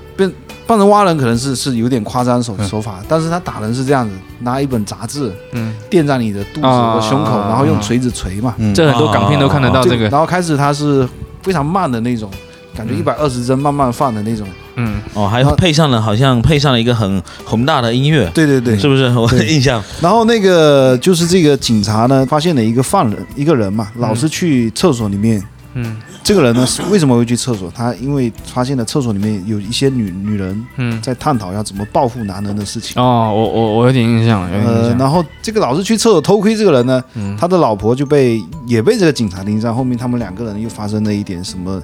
Speaker 3: 帮人挖人，可能是是有点夸张手
Speaker 1: 嗯
Speaker 3: 手法，但是他打人是这样子，拿一本杂志
Speaker 2: 嗯，
Speaker 3: 垫在你的肚子
Speaker 2: 啊
Speaker 3: 和胸口，然后用锤子锤嘛。
Speaker 1: 嗯，
Speaker 2: 这很多港片都看得到
Speaker 3: 就
Speaker 2: 这个，
Speaker 3: 然后开始他是非常慢的那种，感觉
Speaker 2: 嗯
Speaker 3: 一百二十帧慢慢放的那种。
Speaker 2: 嗯，
Speaker 4: 哦，还配上了好像配上了一个很宏大的音乐，
Speaker 3: 对对对，
Speaker 4: 是不是？我印象
Speaker 3: 嗯然后那个就是这个警察呢，发现了一个犯人，一个人嘛，老是去厕所里面
Speaker 2: 嗯
Speaker 3: 这个人呢，是为什么会去厕所？他因为发现了厕所里面有一些女女人
Speaker 2: 嗯，
Speaker 3: 在探讨要怎么报复男人的事情。
Speaker 2: 哦，我我我有点印象，有点
Speaker 3: 呃，
Speaker 2: 印象。
Speaker 3: 然后这个老是去厕所偷窥这个人呢，
Speaker 2: 嗯
Speaker 3: 他的老婆就被也被这个警察盯上，后面他们两个人又发生了一点什么，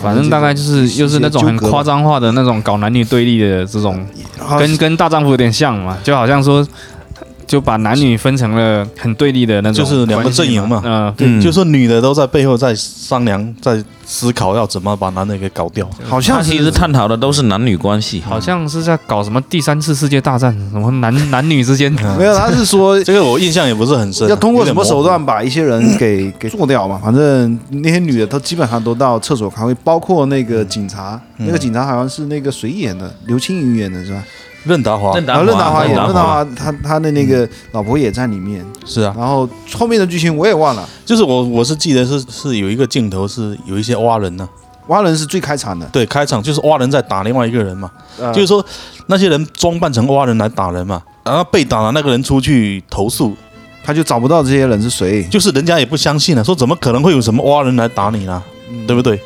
Speaker 2: 反正大概就是
Speaker 3: 一些
Speaker 2: 又是那种
Speaker 3: 纠
Speaker 2: 很
Speaker 3: 葛吧啊
Speaker 2: 夸张化的那种搞男女对立的这种，跟跟大丈夫有点像嘛，就好像说就把男女分成了很对立的那
Speaker 1: 就
Speaker 2: 种，
Speaker 1: 是两个阵营嘛
Speaker 2: 嗯，
Speaker 4: 嗯
Speaker 1: 就说女的都在背后在商量，在思考要怎么把男的给搞掉。
Speaker 3: 好
Speaker 4: 他
Speaker 3: 像
Speaker 4: 其实探讨的都是男女关系，
Speaker 2: 好像是在搞什么第三次世界大战，什么男男女之
Speaker 1: 嗯
Speaker 2: 间，
Speaker 3: 没有，他 是说
Speaker 1: 这个我印象也不是很深啊，
Speaker 3: 要通过
Speaker 1: 有点
Speaker 3: 什么
Speaker 1: 模糊
Speaker 3: 手？段把一些人给给做掉嘛？反正那些女的她基本上都到厕所开会，包括那个警察，
Speaker 1: 嗯
Speaker 3: 那个警察好像是那个谁演的，刘青云演的是吧？
Speaker 1: 任达华
Speaker 4: 任达
Speaker 3: 然后任达华演，
Speaker 4: 任达华
Speaker 3: 任达华他他的那个老婆也在里面，
Speaker 1: 是啊，
Speaker 3: 然后后面的剧情我也忘了。
Speaker 1: 就是我我是记得是是有一个镜头是有一些挖人呢、
Speaker 3: 蛙人是最开场的，
Speaker 1: 对，开场就是挖人在打另外一个人嘛，
Speaker 3: 呃
Speaker 1: 就是说那些人装扮成蛙人来打人嘛，然后被打的那个人出去投诉，
Speaker 3: 他就找不到这些人是谁。
Speaker 1: 就是人家也不相信了、啊说怎么可能会有什么蛙人来打你啦、
Speaker 3: 嗯
Speaker 1: 对不对？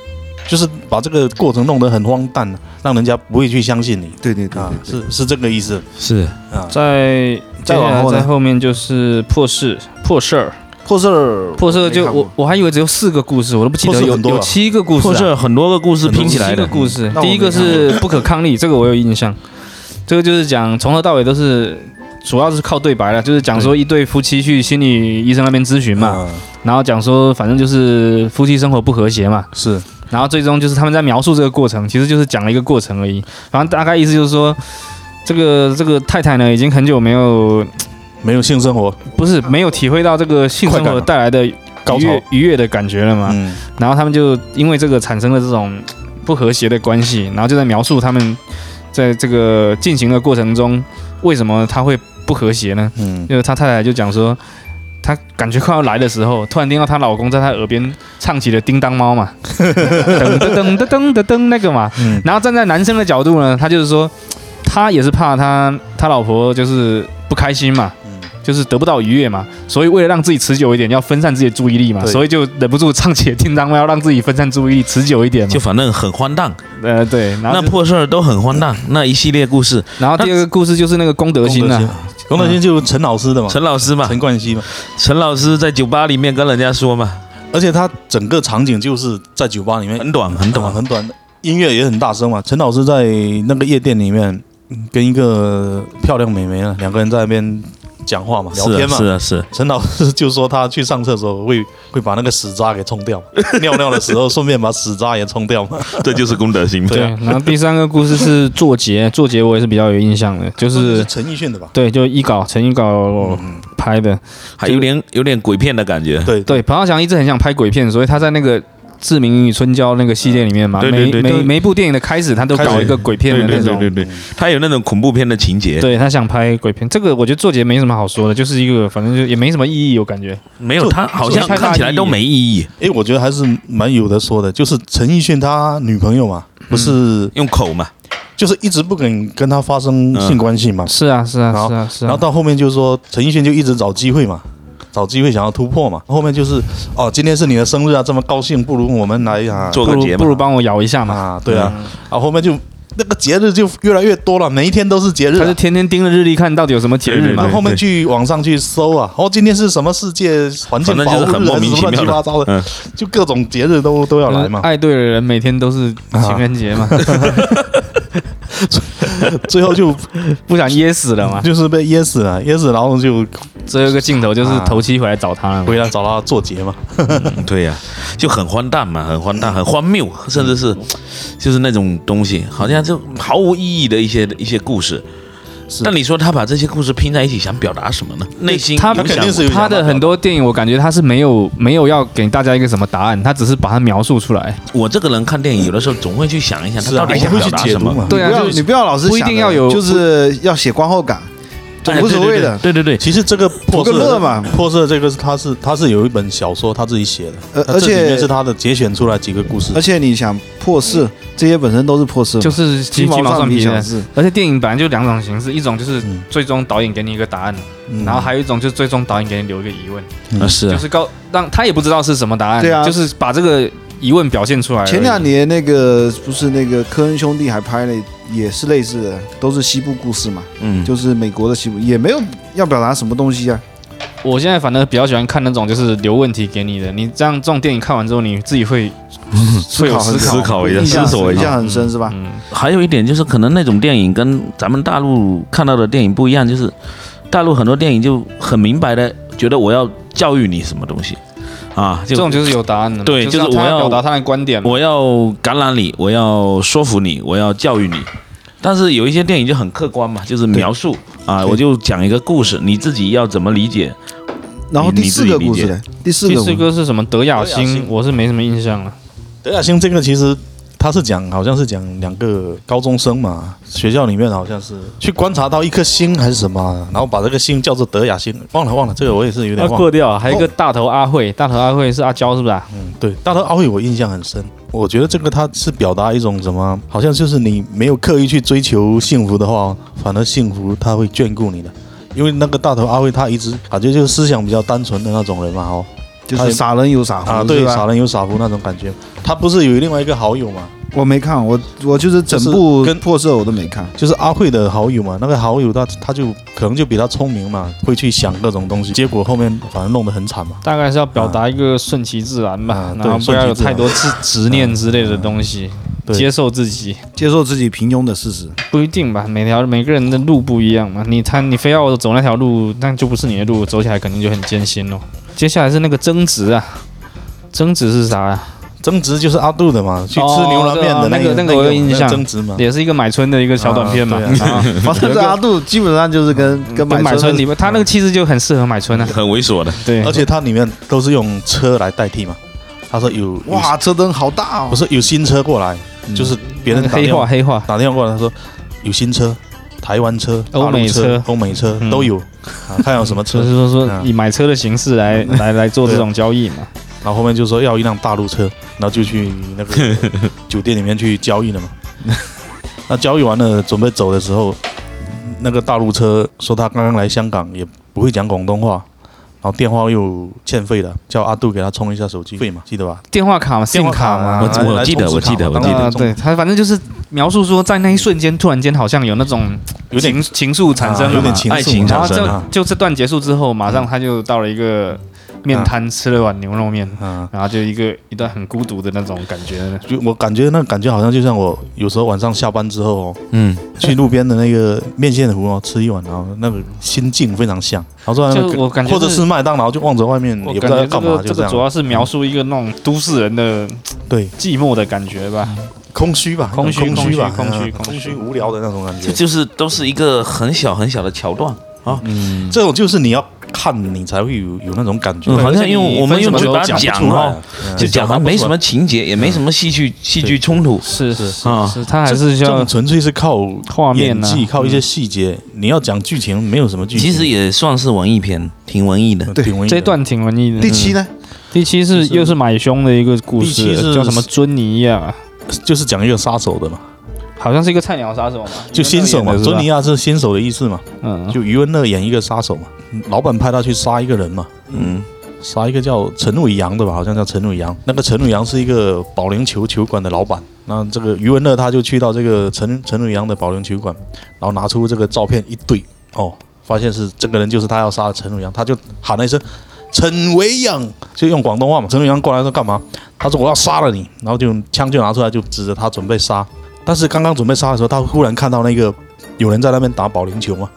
Speaker 1: 就是把这个过程弄得很荒诞、啊让人家不会去相信你
Speaker 3: 对对对
Speaker 1: 啊，
Speaker 3: 对对，
Speaker 1: 是是这个意思
Speaker 4: 是
Speaker 1: 啊。
Speaker 2: 在
Speaker 3: 再往后呢
Speaker 2: 在后面就是破事破事儿
Speaker 3: 破事儿
Speaker 2: 破事儿就
Speaker 3: 没看过
Speaker 2: 我我还以为只有四个故事，我都不记
Speaker 1: 破
Speaker 2: 得
Speaker 1: 事
Speaker 2: 有
Speaker 1: 很多
Speaker 2: 有
Speaker 1: 吧
Speaker 2: 七个故事、
Speaker 4: 或
Speaker 2: 啊，
Speaker 4: 者很多个故事拼起来
Speaker 2: 七个
Speaker 4: 的
Speaker 2: 故事
Speaker 3: 那，我
Speaker 2: 第一个
Speaker 3: 没看
Speaker 2: 是不可抗力，这个我有印象，这个就是讲从头到尾都是。主要是靠对白了，就是讲说一对夫妻去心理医生那边咨询嘛，
Speaker 1: 嗯
Speaker 2: 然后讲说反正就是夫妻生活不和谐嘛，
Speaker 1: 是
Speaker 2: 然后最终就是他们在描述这个过程，其实就是讲了一个过程而已。反正大概意思就是说，这个这个太太呢，已经很久没有
Speaker 1: 没有性生活
Speaker 2: 不是没有体会到这个性生
Speaker 1: 快感
Speaker 2: 活
Speaker 1: 了
Speaker 2: 带来的愉
Speaker 1: 高潮
Speaker 2: 悦，愉悦的感觉了嘛。
Speaker 1: 嗯，
Speaker 2: 然后他们就因为这个产生了这种不和谐的关系，然后就在描述他们在这个进行的过程中，为什么他会不和谐呢？
Speaker 1: 嗯，
Speaker 2: 就是他太太就讲说，她感觉快要来的时候，突然听到她老公在她耳边唱起了《叮当猫》嘛，噔噔噔噔噔噔噔那个嘛。
Speaker 1: 嗯
Speaker 2: 然后站在男生的角度呢，他就是说，他也是怕他他老婆就是不开心嘛，
Speaker 1: 嗯
Speaker 2: 就是得不到愉悦嘛，所以为了让自己持久一点，要分散自己的注意力嘛，
Speaker 1: 对
Speaker 2: 所以就忍不住唱起了《叮当猫》，要让自己分散注意力，持久一点嘛
Speaker 4: 就。反正很荒诞，
Speaker 2: 呃，对。然
Speaker 4: 那
Speaker 2: 后就
Speaker 4: 破事儿都很荒诞，那一系列故事，
Speaker 2: 然后第二个故事就是那个功德心啊呐、
Speaker 1: 龚德心就是陈老师的嘛，
Speaker 4: 啊嗯哦陈啊老师嘛，
Speaker 1: 陈冠希嘛，
Speaker 4: 陈老师在酒吧里面跟人家说嘛，
Speaker 1: 而且他整个场景就是在酒吧里面，啊
Speaker 4: 很短很短，
Speaker 1: 很短，音乐也很大声嘛。陈老师在那个夜店里面嗯跟一个漂亮美眉呢，两个人在那边讲话嘛，聊
Speaker 4: 是
Speaker 1: 天
Speaker 4: 啊
Speaker 1: 嘛
Speaker 4: 是。啊是啊，
Speaker 1: 陈老师就说他去上厕所会 会把那个屎渣给冲掉， 尿尿的时候顺便把屎渣也冲掉嘛。
Speaker 4: 这就是功德心，
Speaker 2: 对，然后第三个故事是作结，作结我也是比较有印象的，就
Speaker 1: 这
Speaker 2: 是
Speaker 1: 是陈奕迅的吧？
Speaker 2: 对，就一稿陈一稿拍的。
Speaker 4: 还有点有点鬼片的感觉，
Speaker 1: 对
Speaker 2: 对，彭浩翔一直很想拍鬼片，所以他在那个《志明与春娇》那个系列里面嘛，
Speaker 4: 对对
Speaker 2: 每
Speaker 4: 对
Speaker 2: 每
Speaker 4: 对
Speaker 2: 每部电影的开始，他都
Speaker 1: 开始
Speaker 2: 搞一个鬼片的那种。
Speaker 4: 对，他有那种恐怖片的情节，
Speaker 2: 对他想拍鬼片，这个我觉得作结没什么好说的，就是一个反正就也没什么意义，我感觉。
Speaker 4: 没有
Speaker 1: 就
Speaker 4: 他好像
Speaker 2: 就太大
Speaker 4: 看起来都没意义，
Speaker 1: 诶，哎我觉得还是蛮有的说的，就是陈奕迅他女朋友嘛，不是
Speaker 4: 用口嘛，
Speaker 1: 就是一直不肯跟他发生性关系嘛，
Speaker 2: 是啊，是啊，
Speaker 1: 然后
Speaker 2: 是啊，是
Speaker 1: 然后
Speaker 2: 啊。
Speaker 1: 到后面就是说，陈奕迅就一直找机会嘛，找机会想要突破嘛。后面就是哦，今天是你的生日啊，这么高兴，不如我们来啊
Speaker 4: 做
Speaker 2: 不
Speaker 4: 个
Speaker 2: 如
Speaker 4: 结嘛
Speaker 2: 不如帮我摇一下嘛。
Speaker 1: 啊，对啊，啊后面就那个节日就越来越多了，每一天都是节日、
Speaker 2: 他就
Speaker 1: 啊。
Speaker 2: 天天盯着日历看到底有什么节日
Speaker 4: 对对
Speaker 2: 嘛
Speaker 1: 那
Speaker 4: 对。
Speaker 1: 后面去网上去搜啊，哦，今天是什么世界环境
Speaker 4: 反正
Speaker 1: 保
Speaker 4: 就
Speaker 1: 护
Speaker 4: 是
Speaker 1: 日
Speaker 4: 很
Speaker 1: 还
Speaker 4: 莫
Speaker 1: 是
Speaker 4: 名
Speaker 1: 什么
Speaker 4: 其
Speaker 1: 乱
Speaker 4: 妙
Speaker 1: 七八糟的，
Speaker 4: 的，嗯，嗯
Speaker 1: 就各种节日都都要来嘛。
Speaker 2: 爱对的人每天都是情人节嘛，
Speaker 1: 啊最后就
Speaker 2: 不想噎死 了嘛。
Speaker 1: 就是被噎死了，噎死，然后就
Speaker 2: 最后一个镜头就是
Speaker 1: 啊
Speaker 2: 头七回来找他了嘛。
Speaker 1: 回来找他做节嘛。
Speaker 4: 对呀、就很荒诞嘛，很荒诞，很荒谬，甚至是
Speaker 1: 嗯
Speaker 4: 就是那种东西，好像就毫无意义的一些一些故事。但你说他把这些故事拼在一起，想表达什么呢？内心
Speaker 2: 他
Speaker 4: 影响
Speaker 1: 肯定是有
Speaker 2: 他的很多电影，我感觉他是没有没有要给大家一个什么答案，他只是把它描述出来。
Speaker 4: 我这个人看电影，有的时候总会去想一想，他
Speaker 1: 是啊
Speaker 4: 到底想
Speaker 1: 我会
Speaker 4: 表
Speaker 1: 去
Speaker 4: 达
Speaker 1: 解
Speaker 4: 什
Speaker 1: 读
Speaker 4: 么
Speaker 1: 嘛。
Speaker 2: 对啊
Speaker 3: 你不要
Speaker 2: 就是
Speaker 3: 你不要老是
Speaker 2: 不一
Speaker 3: 想
Speaker 2: 定
Speaker 3: 的
Speaker 2: 要有
Speaker 3: 就是要写观后感，
Speaker 4: 哎
Speaker 3: 无所谓的
Speaker 4: 对对对，对对
Speaker 1: 其实这个破
Speaker 3: 图个乐
Speaker 1: 色
Speaker 3: 嘛
Speaker 1: 破色这个是他是他是有一本小说他自己写的，
Speaker 3: 而
Speaker 1: 他
Speaker 3: 呃而
Speaker 1: 这里面
Speaker 3: 且
Speaker 1: 是他的节选出来几个故事
Speaker 3: 而，且你想破事，这些本身都是破事嘛，
Speaker 2: 就是
Speaker 3: 鸡
Speaker 2: 鸡
Speaker 3: 毛
Speaker 2: 毛蒜
Speaker 3: 蒜皮
Speaker 2: 皮啊
Speaker 3: 小
Speaker 2: 的。
Speaker 3: 事。
Speaker 2: 而且电影本来就两种形式，一种就是
Speaker 1: 嗯
Speaker 2: 最终导演给你一个答案，
Speaker 1: 嗯
Speaker 2: 然后还有一种就是最终导演给你留一个疑问，
Speaker 4: 对啊是
Speaker 2: 就
Speaker 4: 啊，
Speaker 2: 是告让他也不知道是什么答案，
Speaker 3: 对啊
Speaker 2: 就是把这个疑问表现出来而已。
Speaker 3: 前两年那个不是那个科恩兄弟还拍了，也是类似的，都是西部故事嘛，
Speaker 4: 嗯，
Speaker 3: 就是美国的西部，也没有要表达什么东西啊。
Speaker 2: 我现在反而比较喜欢看那种就是留问题给你的，你这样这种电影看完之后，你自己会嗯会有
Speaker 3: 思
Speaker 2: 思
Speaker 3: 考
Speaker 2: 考
Speaker 3: 很
Speaker 4: 思考一下
Speaker 3: 印象
Speaker 4: 思索一
Speaker 3: 印
Speaker 4: 下
Speaker 3: 象很深是吧？
Speaker 4: 还有一点就是，可能那种电影跟咱们大陆看到的电影不一样，就是大陆很多电影就很明白的觉得我要教育你什么东西啊，
Speaker 2: 这
Speaker 4: 就
Speaker 2: 种就是有答案的嘛，
Speaker 4: 对
Speaker 2: 就是
Speaker 4: 就是
Speaker 2: 他
Speaker 4: 我要
Speaker 2: 表达他的观点嘛。
Speaker 4: 我要感染你，我要说服你，我要教育你。但是有一些电影就很客观嘛，就是描述啊，
Speaker 3: 对
Speaker 4: 我就讲一个故事，你自己要怎么理解？
Speaker 3: 然后
Speaker 4: 你
Speaker 3: 第四个故事呢？第四
Speaker 2: 第
Speaker 3: 个故
Speaker 2: 四
Speaker 3: 事
Speaker 2: 个是什么？德雅
Speaker 1: 德雅
Speaker 2: 星
Speaker 1: 星，
Speaker 2: 我是没什么印象了。
Speaker 1: 德雅星这个其实他是讲，好像是讲两个高中生嘛，学校里面好像是去观察到一颗星还是什么啊，然后把这个星叫做德雅星，忘了忘了，这个我也是有
Speaker 2: 啊，
Speaker 1: 点忘了。哦
Speaker 2: 过掉了，还有一个大头阿慧，大头阿慧是阿娇是不是啊？
Speaker 1: 嗯，对，大头奥义我印象很深，我觉得这个他是表达一种什么，好像就是你没有刻意去追求幸福的话，反而幸福他会眷顾你的。因为那个大头阿慧，他一直感觉就是思想比较单纯的那种人嘛，哦，
Speaker 3: 就
Speaker 1: 他也
Speaker 3: 是傻人有傻
Speaker 1: 啊，
Speaker 3: 福，是
Speaker 1: 对，
Speaker 3: 吧？
Speaker 1: 傻人有傻福那种感觉。他不是有另外一个好友嘛，
Speaker 3: 我没看，我我就是整
Speaker 1: 就
Speaker 3: 部
Speaker 1: 是跟
Speaker 3: 破社我都没看。
Speaker 1: 就是阿慧的好友嘛，那个好友他他就可能就比他聪明嘛，会去想各种东西，结果后面反而弄得很惨嘛。
Speaker 2: 大概是要表达一个顺其自然吧
Speaker 1: 啊，
Speaker 2: 然后
Speaker 1: 对
Speaker 2: 不要
Speaker 1: 顺
Speaker 2: 有
Speaker 1: 其自然嗯
Speaker 2: 太多 执执念之类的东西，
Speaker 1: 对
Speaker 2: 接受自己
Speaker 3: 接受自己平庸的事实，
Speaker 2: 不一定吧，每条每个人的路不一样嘛，你他你非要走那条路，那就不是你的路，走起来肯定就很艰辛咯。接下来是那个争执啊，争执是啥啊？
Speaker 1: 争执就是阿杜的嘛，去吃
Speaker 2: 哦
Speaker 1: 牛腩面的
Speaker 2: 对啊
Speaker 1: 个、
Speaker 2: 那个那
Speaker 1: 那
Speaker 2: 个我有印象
Speaker 1: 争执嘛。
Speaker 2: 也是一个买春的一个小短片嘛，
Speaker 1: 啊对
Speaker 2: 啊
Speaker 3: 反正这阿杜基本上就是跟跟
Speaker 2: 跟
Speaker 3: 买
Speaker 2: 买
Speaker 3: 春
Speaker 2: 春里面，他那个气质就很适合买春啊，
Speaker 4: 很猥琐的，
Speaker 2: 对
Speaker 1: 而，且它里面都是用车来代替嘛。他说有有
Speaker 3: 哇，车灯好大哦！
Speaker 1: 不是有新车过来，就是别人打
Speaker 2: 嗯黑
Speaker 1: 电
Speaker 2: 化
Speaker 1: 话
Speaker 2: 黑化，
Speaker 1: 打电话过来，他说有新车，台湾车、
Speaker 2: 欧
Speaker 1: 大陆
Speaker 2: 美
Speaker 1: 车
Speaker 2: 车、
Speaker 1: 欧美车
Speaker 2: 嗯
Speaker 1: 都有，啊看有什么车
Speaker 2: 就 是，说说
Speaker 1: 啊
Speaker 2: 以买车的形式来来来做这种交易嘛。
Speaker 1: 然后后面就说要一辆大陆车，然后就去那 个酒店里面去交易了嘛。那交易完了，准备走的时候，那个大陆车说他刚刚来香港，也不会讲广东话，然后电话又欠费了，叫阿杜给他充一下手机费嘛，记得吧？
Speaker 2: 电话卡嘛，SIM 卡嘛，
Speaker 4: 我我记得我记得我记得
Speaker 2: 啊，对他反正就是描述说，在那一瞬间，突然间好像有那种
Speaker 1: 有点
Speaker 2: 情情愫产生
Speaker 1: 啊
Speaker 2: 了嘛，
Speaker 1: 有点情
Speaker 4: 爱情
Speaker 1: 愫
Speaker 2: 然后
Speaker 4: 产生
Speaker 2: 就
Speaker 1: 啊
Speaker 2: 就这段结束之后，马上他就到了一个面摊吃了碗牛肉面，
Speaker 1: 啊。
Speaker 2: 然后就一个一段很孤独的那种感觉。
Speaker 1: 就我感觉那感觉好像就像我有时候晚上下班之后哦，
Speaker 4: 嗯，
Speaker 1: 去路边的那个面线糊哦吃一碗，然后那个心境非常像。然后坐在那
Speaker 2: 就
Speaker 1: 个
Speaker 2: 我感觉
Speaker 1: 或者
Speaker 2: 是
Speaker 1: 是麦当劳就望着外面，
Speaker 2: 我
Speaker 1: 也不
Speaker 2: 感
Speaker 1: 知道
Speaker 2: 觉
Speaker 1: 要
Speaker 2: 这
Speaker 1: 干嘛，
Speaker 2: 个
Speaker 1: 就
Speaker 2: 这
Speaker 1: 这
Speaker 2: 个嗯主
Speaker 1: 样。
Speaker 2: 要是描述一个那种都市人的
Speaker 1: 对，
Speaker 2: 寂寞的感觉吧。
Speaker 1: 空虚吧，
Speaker 2: 空虚
Speaker 1: 空虚吧，
Speaker 2: 空虚
Speaker 1: 嗯
Speaker 2: 空虚
Speaker 1: 空虚无聊的那种感觉
Speaker 4: 这。就是都是一个很小很小的桥段啊，
Speaker 1: 嗯这种就是你要看你才会有有那种感觉
Speaker 4: 嗯，好像用
Speaker 2: 你
Speaker 4: 我们
Speaker 2: 分什
Speaker 4: 用
Speaker 2: 么
Speaker 4: 嘴
Speaker 2: 时候
Speaker 4: 巴
Speaker 1: 讲
Speaker 4: 讲
Speaker 1: 不出来嗯
Speaker 4: 哦
Speaker 1: 啊，，
Speaker 4: 就讲
Speaker 1: 他
Speaker 4: 了没什么情节，也没什么戏剧戏剧冲突，
Speaker 2: 是是
Speaker 4: 啊
Speaker 2: 是，他还
Speaker 1: 这
Speaker 2: 是需
Speaker 1: 这
Speaker 2: 要
Speaker 1: 种纯粹是靠
Speaker 2: 画面
Speaker 1: 演
Speaker 2: 啊嗯
Speaker 1: 技，，靠一些细节。你要讲剧情，没有什么剧情。
Speaker 4: 其实也算是文艺片，挺文艺的。
Speaker 1: 嗯挺文艺的
Speaker 2: 这段挺文艺的。
Speaker 3: 第七呢？
Speaker 2: 第七是又是买凶的一个故
Speaker 1: 第七
Speaker 2: 事，
Speaker 1: 是
Speaker 2: 叫什么尊尼啊亚，
Speaker 1: 就是讲一个杀手的嘛，
Speaker 2: 好像是一个菜鸟杀手嘛，
Speaker 1: 就新手嘛，
Speaker 2: 尊
Speaker 1: 尊尼，亚是新手的意思嘛。
Speaker 2: 嗯，
Speaker 1: 就余文乐演一个杀手嘛，老板派他去杀一个人嘛，
Speaker 4: 嗯，
Speaker 1: 杀一个叫陈伟阳的吧，好像叫陈伟阳。那个陈伟阳是一个保龄球球馆的老板，那这个余文乐他就去到这个陈陈伟阳的保龄球馆，然后拿出这个照片一对，哦，发现是这个人就是他要杀的陈伟阳，他就喊了一声。陈伟阳就用广东话嘛，陈伟阳过来说干嘛？他说我要杀了你，然后就枪就拿出来，就指着他准备杀。但是刚刚准备杀的时候，他忽然看到那个有人在那边打保龄球嘛，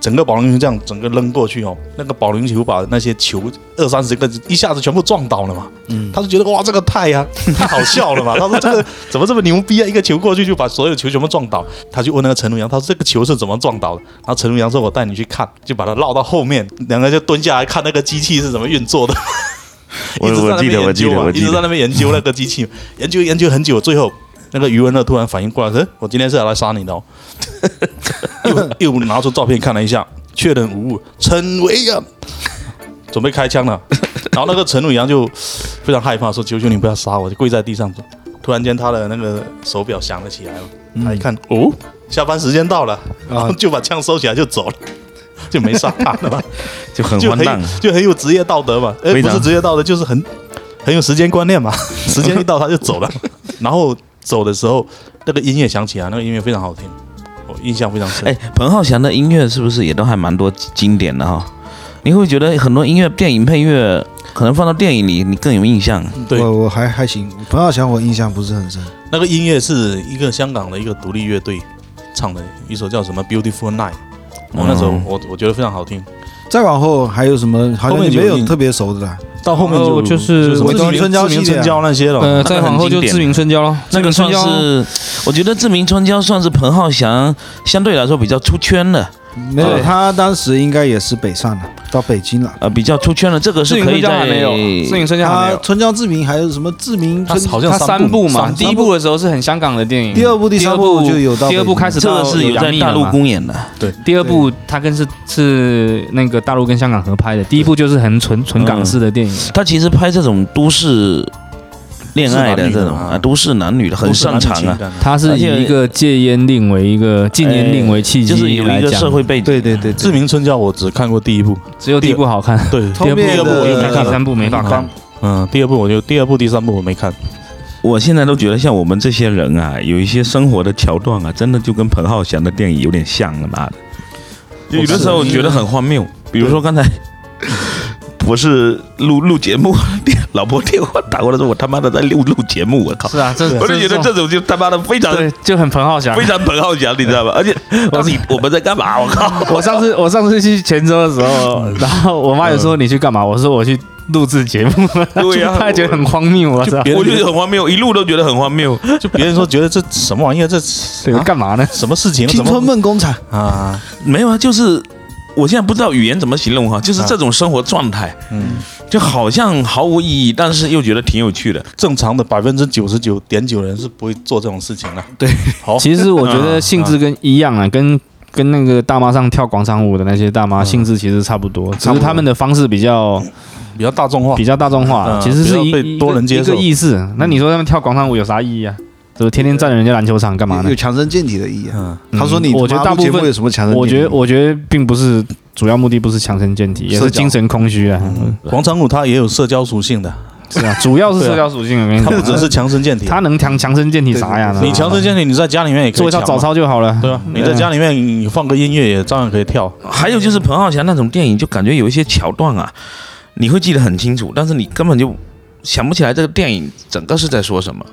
Speaker 1: 整个保龄球这样整个扔过去哦，那个保龄球把那些球二三十个一下子全部撞倒了嘛。嗯，他就觉得哇，这个太呀、 太好笑了 嘛。他说这个怎么这么牛逼啊？一个球过去就把所有球全部撞倒。他就问那个陈如阳，他说这个球是怎么撞倒的？然后陈如阳说，我带你去看，就把他绕到后面，两个就蹲下来看那个机器是怎么运 作的。
Speaker 4: 我
Speaker 1: 一直在那边
Speaker 4: 我
Speaker 1: 研
Speaker 4: 记得
Speaker 1: 究
Speaker 4: 我记得我
Speaker 1: 啊，
Speaker 4: 记
Speaker 1: 一
Speaker 4: 得
Speaker 1: 直在那边研究那个机器，研究研究很久，最后那个余文乐突然反应过来，说：“呃我今天是要来杀你的、哦。” 又又拿出照片看了一下，确认无误，陈伟阳准备开枪了。然后那个陈伟阳就非常害怕，说：“求求你不要杀我！”就跪在地上。突然间，他的那个手表响了起来了，
Speaker 4: 嗯
Speaker 1: 他一看，哦，下班时间到
Speaker 4: 啊
Speaker 1: 了，然后就把枪收起来就走了，就没杀他了嘛。
Speaker 4: 就很
Speaker 1: 就
Speaker 4: 荒
Speaker 1: 很
Speaker 4: 诞啊
Speaker 1: 有。就很有职业道德嘛，呃，
Speaker 4: 非
Speaker 1: 不
Speaker 4: 常
Speaker 1: 是职业道德，就是很很有时间观念嘛， 时间一到他就走了。然后走的时候，那个音乐响起来，那个音乐非常好听，我印象非常深。
Speaker 4: 哎，彭浩翔的音乐是不是也都还蛮多经典的哈？你会觉得很多音乐电影配乐可能放到电影里你更有印象。
Speaker 1: 对
Speaker 3: 我我还还行，彭浩翔我印象不是很深。
Speaker 1: 那个音乐是一个香港的一个独立乐队唱的一首叫什么《Beautiful Night》，我那时候
Speaker 4: 嗯
Speaker 1: 我我觉得非常好听。
Speaker 3: 再往后还有什么？好
Speaker 1: 后
Speaker 3: 像
Speaker 1: 面
Speaker 3: 你
Speaker 1: 就
Speaker 3: 没有
Speaker 1: 有
Speaker 3: 特别熟的啦。
Speaker 1: 到后面
Speaker 2: 然后
Speaker 1: 就
Speaker 2: 就是
Speaker 1: 什么
Speaker 3: 志明春娇
Speaker 1: 志明
Speaker 3: 系
Speaker 1: 春
Speaker 3: 列啊
Speaker 1: 娇那些了。
Speaker 2: 呃，
Speaker 4: 那个
Speaker 2: 再
Speaker 4: 很
Speaker 2: 往后就
Speaker 4: 经典
Speaker 2: 志明春娇了，
Speaker 4: 那个
Speaker 2: 志明
Speaker 4: 算
Speaker 2: 春娇
Speaker 4: 是，我觉得《志明春娇》算是彭浩翔相对来说比较出圈的，
Speaker 3: 没有，
Speaker 4: 对
Speaker 3: 他当时应该也是北上了，到北京了。
Speaker 4: 呃，比较出圈的。这个
Speaker 2: 志
Speaker 4: 是
Speaker 2: 明
Speaker 4: 可以
Speaker 2: 春娇
Speaker 4: 在
Speaker 2: 还没有，志明春娇还没
Speaker 3: 他
Speaker 2: 有。
Speaker 3: 春娇志明还有什么志明
Speaker 1: 他
Speaker 3: 春？
Speaker 1: 好像
Speaker 2: 他
Speaker 1: 三
Speaker 2: 部嘛，
Speaker 1: 三
Speaker 2: 第一部的时候是很香港的电影，
Speaker 3: 第二部第
Speaker 2: 第
Speaker 3: 三
Speaker 2: 二
Speaker 3: 部
Speaker 2: 部
Speaker 3: 就有到
Speaker 2: 第二部
Speaker 3: 北京
Speaker 2: 开始
Speaker 4: 这
Speaker 2: 到
Speaker 4: 个是有
Speaker 2: 杨
Speaker 4: 在
Speaker 2: 幂
Speaker 4: 大
Speaker 2: 了
Speaker 4: 陆
Speaker 2: 嘛
Speaker 4: 公演的，
Speaker 2: 第二部它跟是是那个大陆跟香港合拍的，第一部就是很纯纯港式的电影，
Speaker 4: 他其实拍这种都市恋爱的这
Speaker 1: 都市男女的啊
Speaker 4: 种啊，都市男女的很擅长啊，。
Speaker 2: 它是以一个戒烟令为一个禁烟令为契
Speaker 4: 就是
Speaker 2: 机
Speaker 4: 有
Speaker 2: 来
Speaker 4: 一个
Speaker 2: 讲，
Speaker 4: 社会背景。
Speaker 3: 对对对，
Speaker 1: 志明春娇我只看过第一部，
Speaker 2: 只有第一部好看，
Speaker 1: 对，
Speaker 3: 后
Speaker 2: 第
Speaker 1: 第二
Speaker 2: 二部
Speaker 3: 面
Speaker 1: 部我就
Speaker 3: 的
Speaker 1: 没
Speaker 2: 第
Speaker 1: 看了。
Speaker 2: 三部没法看。
Speaker 1: 嗯，第二部我就第二部、第三部我没看。
Speaker 4: 我现在都觉得像我们这些人啊，有一些生活的桥段啊，真的就跟彭浩翔的电影有点像了妈的。就有的时候觉得很荒谬，比如说刚 才不是录录节目，老婆电话打过来说，我他妈的在录录节目，我靠！
Speaker 2: 是啊，这
Speaker 4: 我就觉得这种就他妈的非常
Speaker 2: 对就很彭浩翔
Speaker 4: 非。常彭浩翔，你知道吧？而且到底我们在干嘛？我靠！
Speaker 2: 我上次我上次去泉州的时
Speaker 1: 嗯
Speaker 2: 候，然后我妈也说你去干嘛？我说我去录制节目，
Speaker 4: 对呀
Speaker 2: 她觉得很荒谬，啊我操，
Speaker 1: 啊别人
Speaker 4: 我就觉得很荒谬，一路都觉得很荒谬。
Speaker 1: 就别人说觉得这什么玩意儿，这
Speaker 2: 这个
Speaker 1: 啊
Speaker 2: 干嘛呢？
Speaker 1: 什么事情？
Speaker 3: 青
Speaker 1: 怎
Speaker 3: 春
Speaker 1: 么
Speaker 3: 梦工厂，
Speaker 1: 啊？
Speaker 4: 没有啊，就是我现在不知道语言怎么形容哈、
Speaker 2: 啊
Speaker 4: 就是这种生活状态，
Speaker 1: 嗯，
Speaker 4: 就好像毫无意义，但是又觉得挺有趣的。
Speaker 1: 正常的百分之九十九点九人是不会做这种事情的。
Speaker 3: 对，
Speaker 1: 好，嗯
Speaker 2: 其实我觉得性质跟一样啊，跟跟那个大妈上跳广场舞的那些大妈
Speaker 1: 嗯
Speaker 2: 性质其实差不多，只
Speaker 1: 差不
Speaker 2: 是
Speaker 1: 多
Speaker 2: 他们的方式比较
Speaker 1: 比较大众化
Speaker 2: 比。较大众化，
Speaker 1: 嗯
Speaker 2: 其实是
Speaker 1: 比较被
Speaker 2: 一
Speaker 1: 多人接受嗯
Speaker 2: 一个意识。那你说他们跳广场舞有啥意义啊？就是天天站在人家篮球场干嘛呢
Speaker 3: 有？强身健体的意义啊。
Speaker 1: 嗯，
Speaker 2: 嗯
Speaker 3: 他说你
Speaker 2: 我觉得
Speaker 3: 他
Speaker 2: 大
Speaker 3: 妈录
Speaker 2: 部
Speaker 3: 节目
Speaker 2: 分
Speaker 3: 有什么强身健体？
Speaker 2: 我觉得我觉得并不是主要目的，不是强身健体，也
Speaker 3: 社
Speaker 2: 是
Speaker 3: 交
Speaker 2: 精神空虚啊。
Speaker 1: 广场舞它也有社交属性的，
Speaker 2: 是啊，主要是社交属性。我跟你
Speaker 1: 它不
Speaker 2: 讲，
Speaker 1: 只是强身健体。
Speaker 2: 嗯他能强强身健体啥呀？
Speaker 1: 你强身健体，你在家里面也可以
Speaker 2: 做一套
Speaker 1: 强
Speaker 2: 早
Speaker 1: 嘛，
Speaker 2: 操就好了。
Speaker 1: 对啊，你在家里面你放个音乐也照样可以跳。
Speaker 4: 还有就是彭浩翔那种电影，就感觉有一些桥段啊，你会记得很清楚，但是你根本就想不起来这个电影整个是在说什么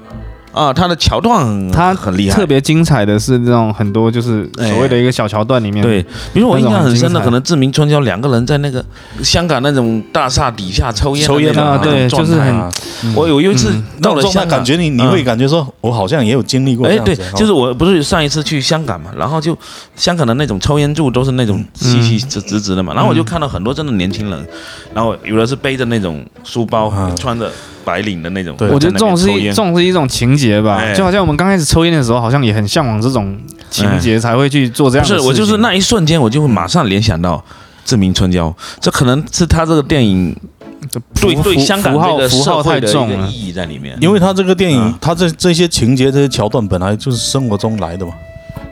Speaker 4: 啊。他的桥段很
Speaker 2: 他
Speaker 4: 很厉害，
Speaker 2: 特别精彩的是这种很多就是所
Speaker 1: 哎
Speaker 2: 谓的一个小桥段里面，
Speaker 4: 对，比如我印象很深
Speaker 2: 那种很精
Speaker 4: 的，
Speaker 2: 彩
Speaker 4: 可能志明春娇两个人在那个香港那种大厦底下抽烟的
Speaker 1: 抽烟
Speaker 4: 那种
Speaker 2: 啊
Speaker 4: 那种
Speaker 2: 对
Speaker 4: 状态
Speaker 2: 就是很
Speaker 1: 啊，
Speaker 4: 我有一次
Speaker 2: 嗯
Speaker 1: 那
Speaker 4: 到了
Speaker 1: 种状态
Speaker 4: 香港，
Speaker 1: 感觉你你会感觉说，我好像也有经历过这
Speaker 4: 哎，
Speaker 1: 样子。哦
Speaker 4: 对，就是我不是上一次去香港嘛，然后就香港的那种抽烟柱都是那
Speaker 1: 嗯
Speaker 4: 种细细直直直的嘛，然后我就看到很多真的年轻人，然后有的是背着那种书包，
Speaker 1: 啊
Speaker 4: 穿着白领的那种，
Speaker 1: 对
Speaker 2: 我觉得这
Speaker 4: 在那
Speaker 2: 种是
Speaker 4: 边抽
Speaker 2: 一
Speaker 4: 烟
Speaker 2: 这种是一种情节吧，
Speaker 4: 哎
Speaker 2: 就好像我们刚开始抽烟的时候，好像也很向往这种情
Speaker 1: 哎
Speaker 2: 节，才会去做这
Speaker 4: 不
Speaker 2: 样的
Speaker 4: 是
Speaker 2: 事情。
Speaker 4: 我就是那一瞬间我就会马上联想到志明春娇，这可能是他这个电影对
Speaker 2: 符
Speaker 4: 对香港
Speaker 2: 符
Speaker 4: 这
Speaker 2: 号
Speaker 4: 个
Speaker 2: 符
Speaker 4: 社
Speaker 2: 号
Speaker 4: 会
Speaker 2: 太
Speaker 4: 的一
Speaker 2: 重
Speaker 4: 个
Speaker 2: 了。
Speaker 4: 意义在里面，
Speaker 1: 因为他这个电影
Speaker 4: 嗯，
Speaker 1: 他这这些情节、这些桥段本来就是生活中来的嘛，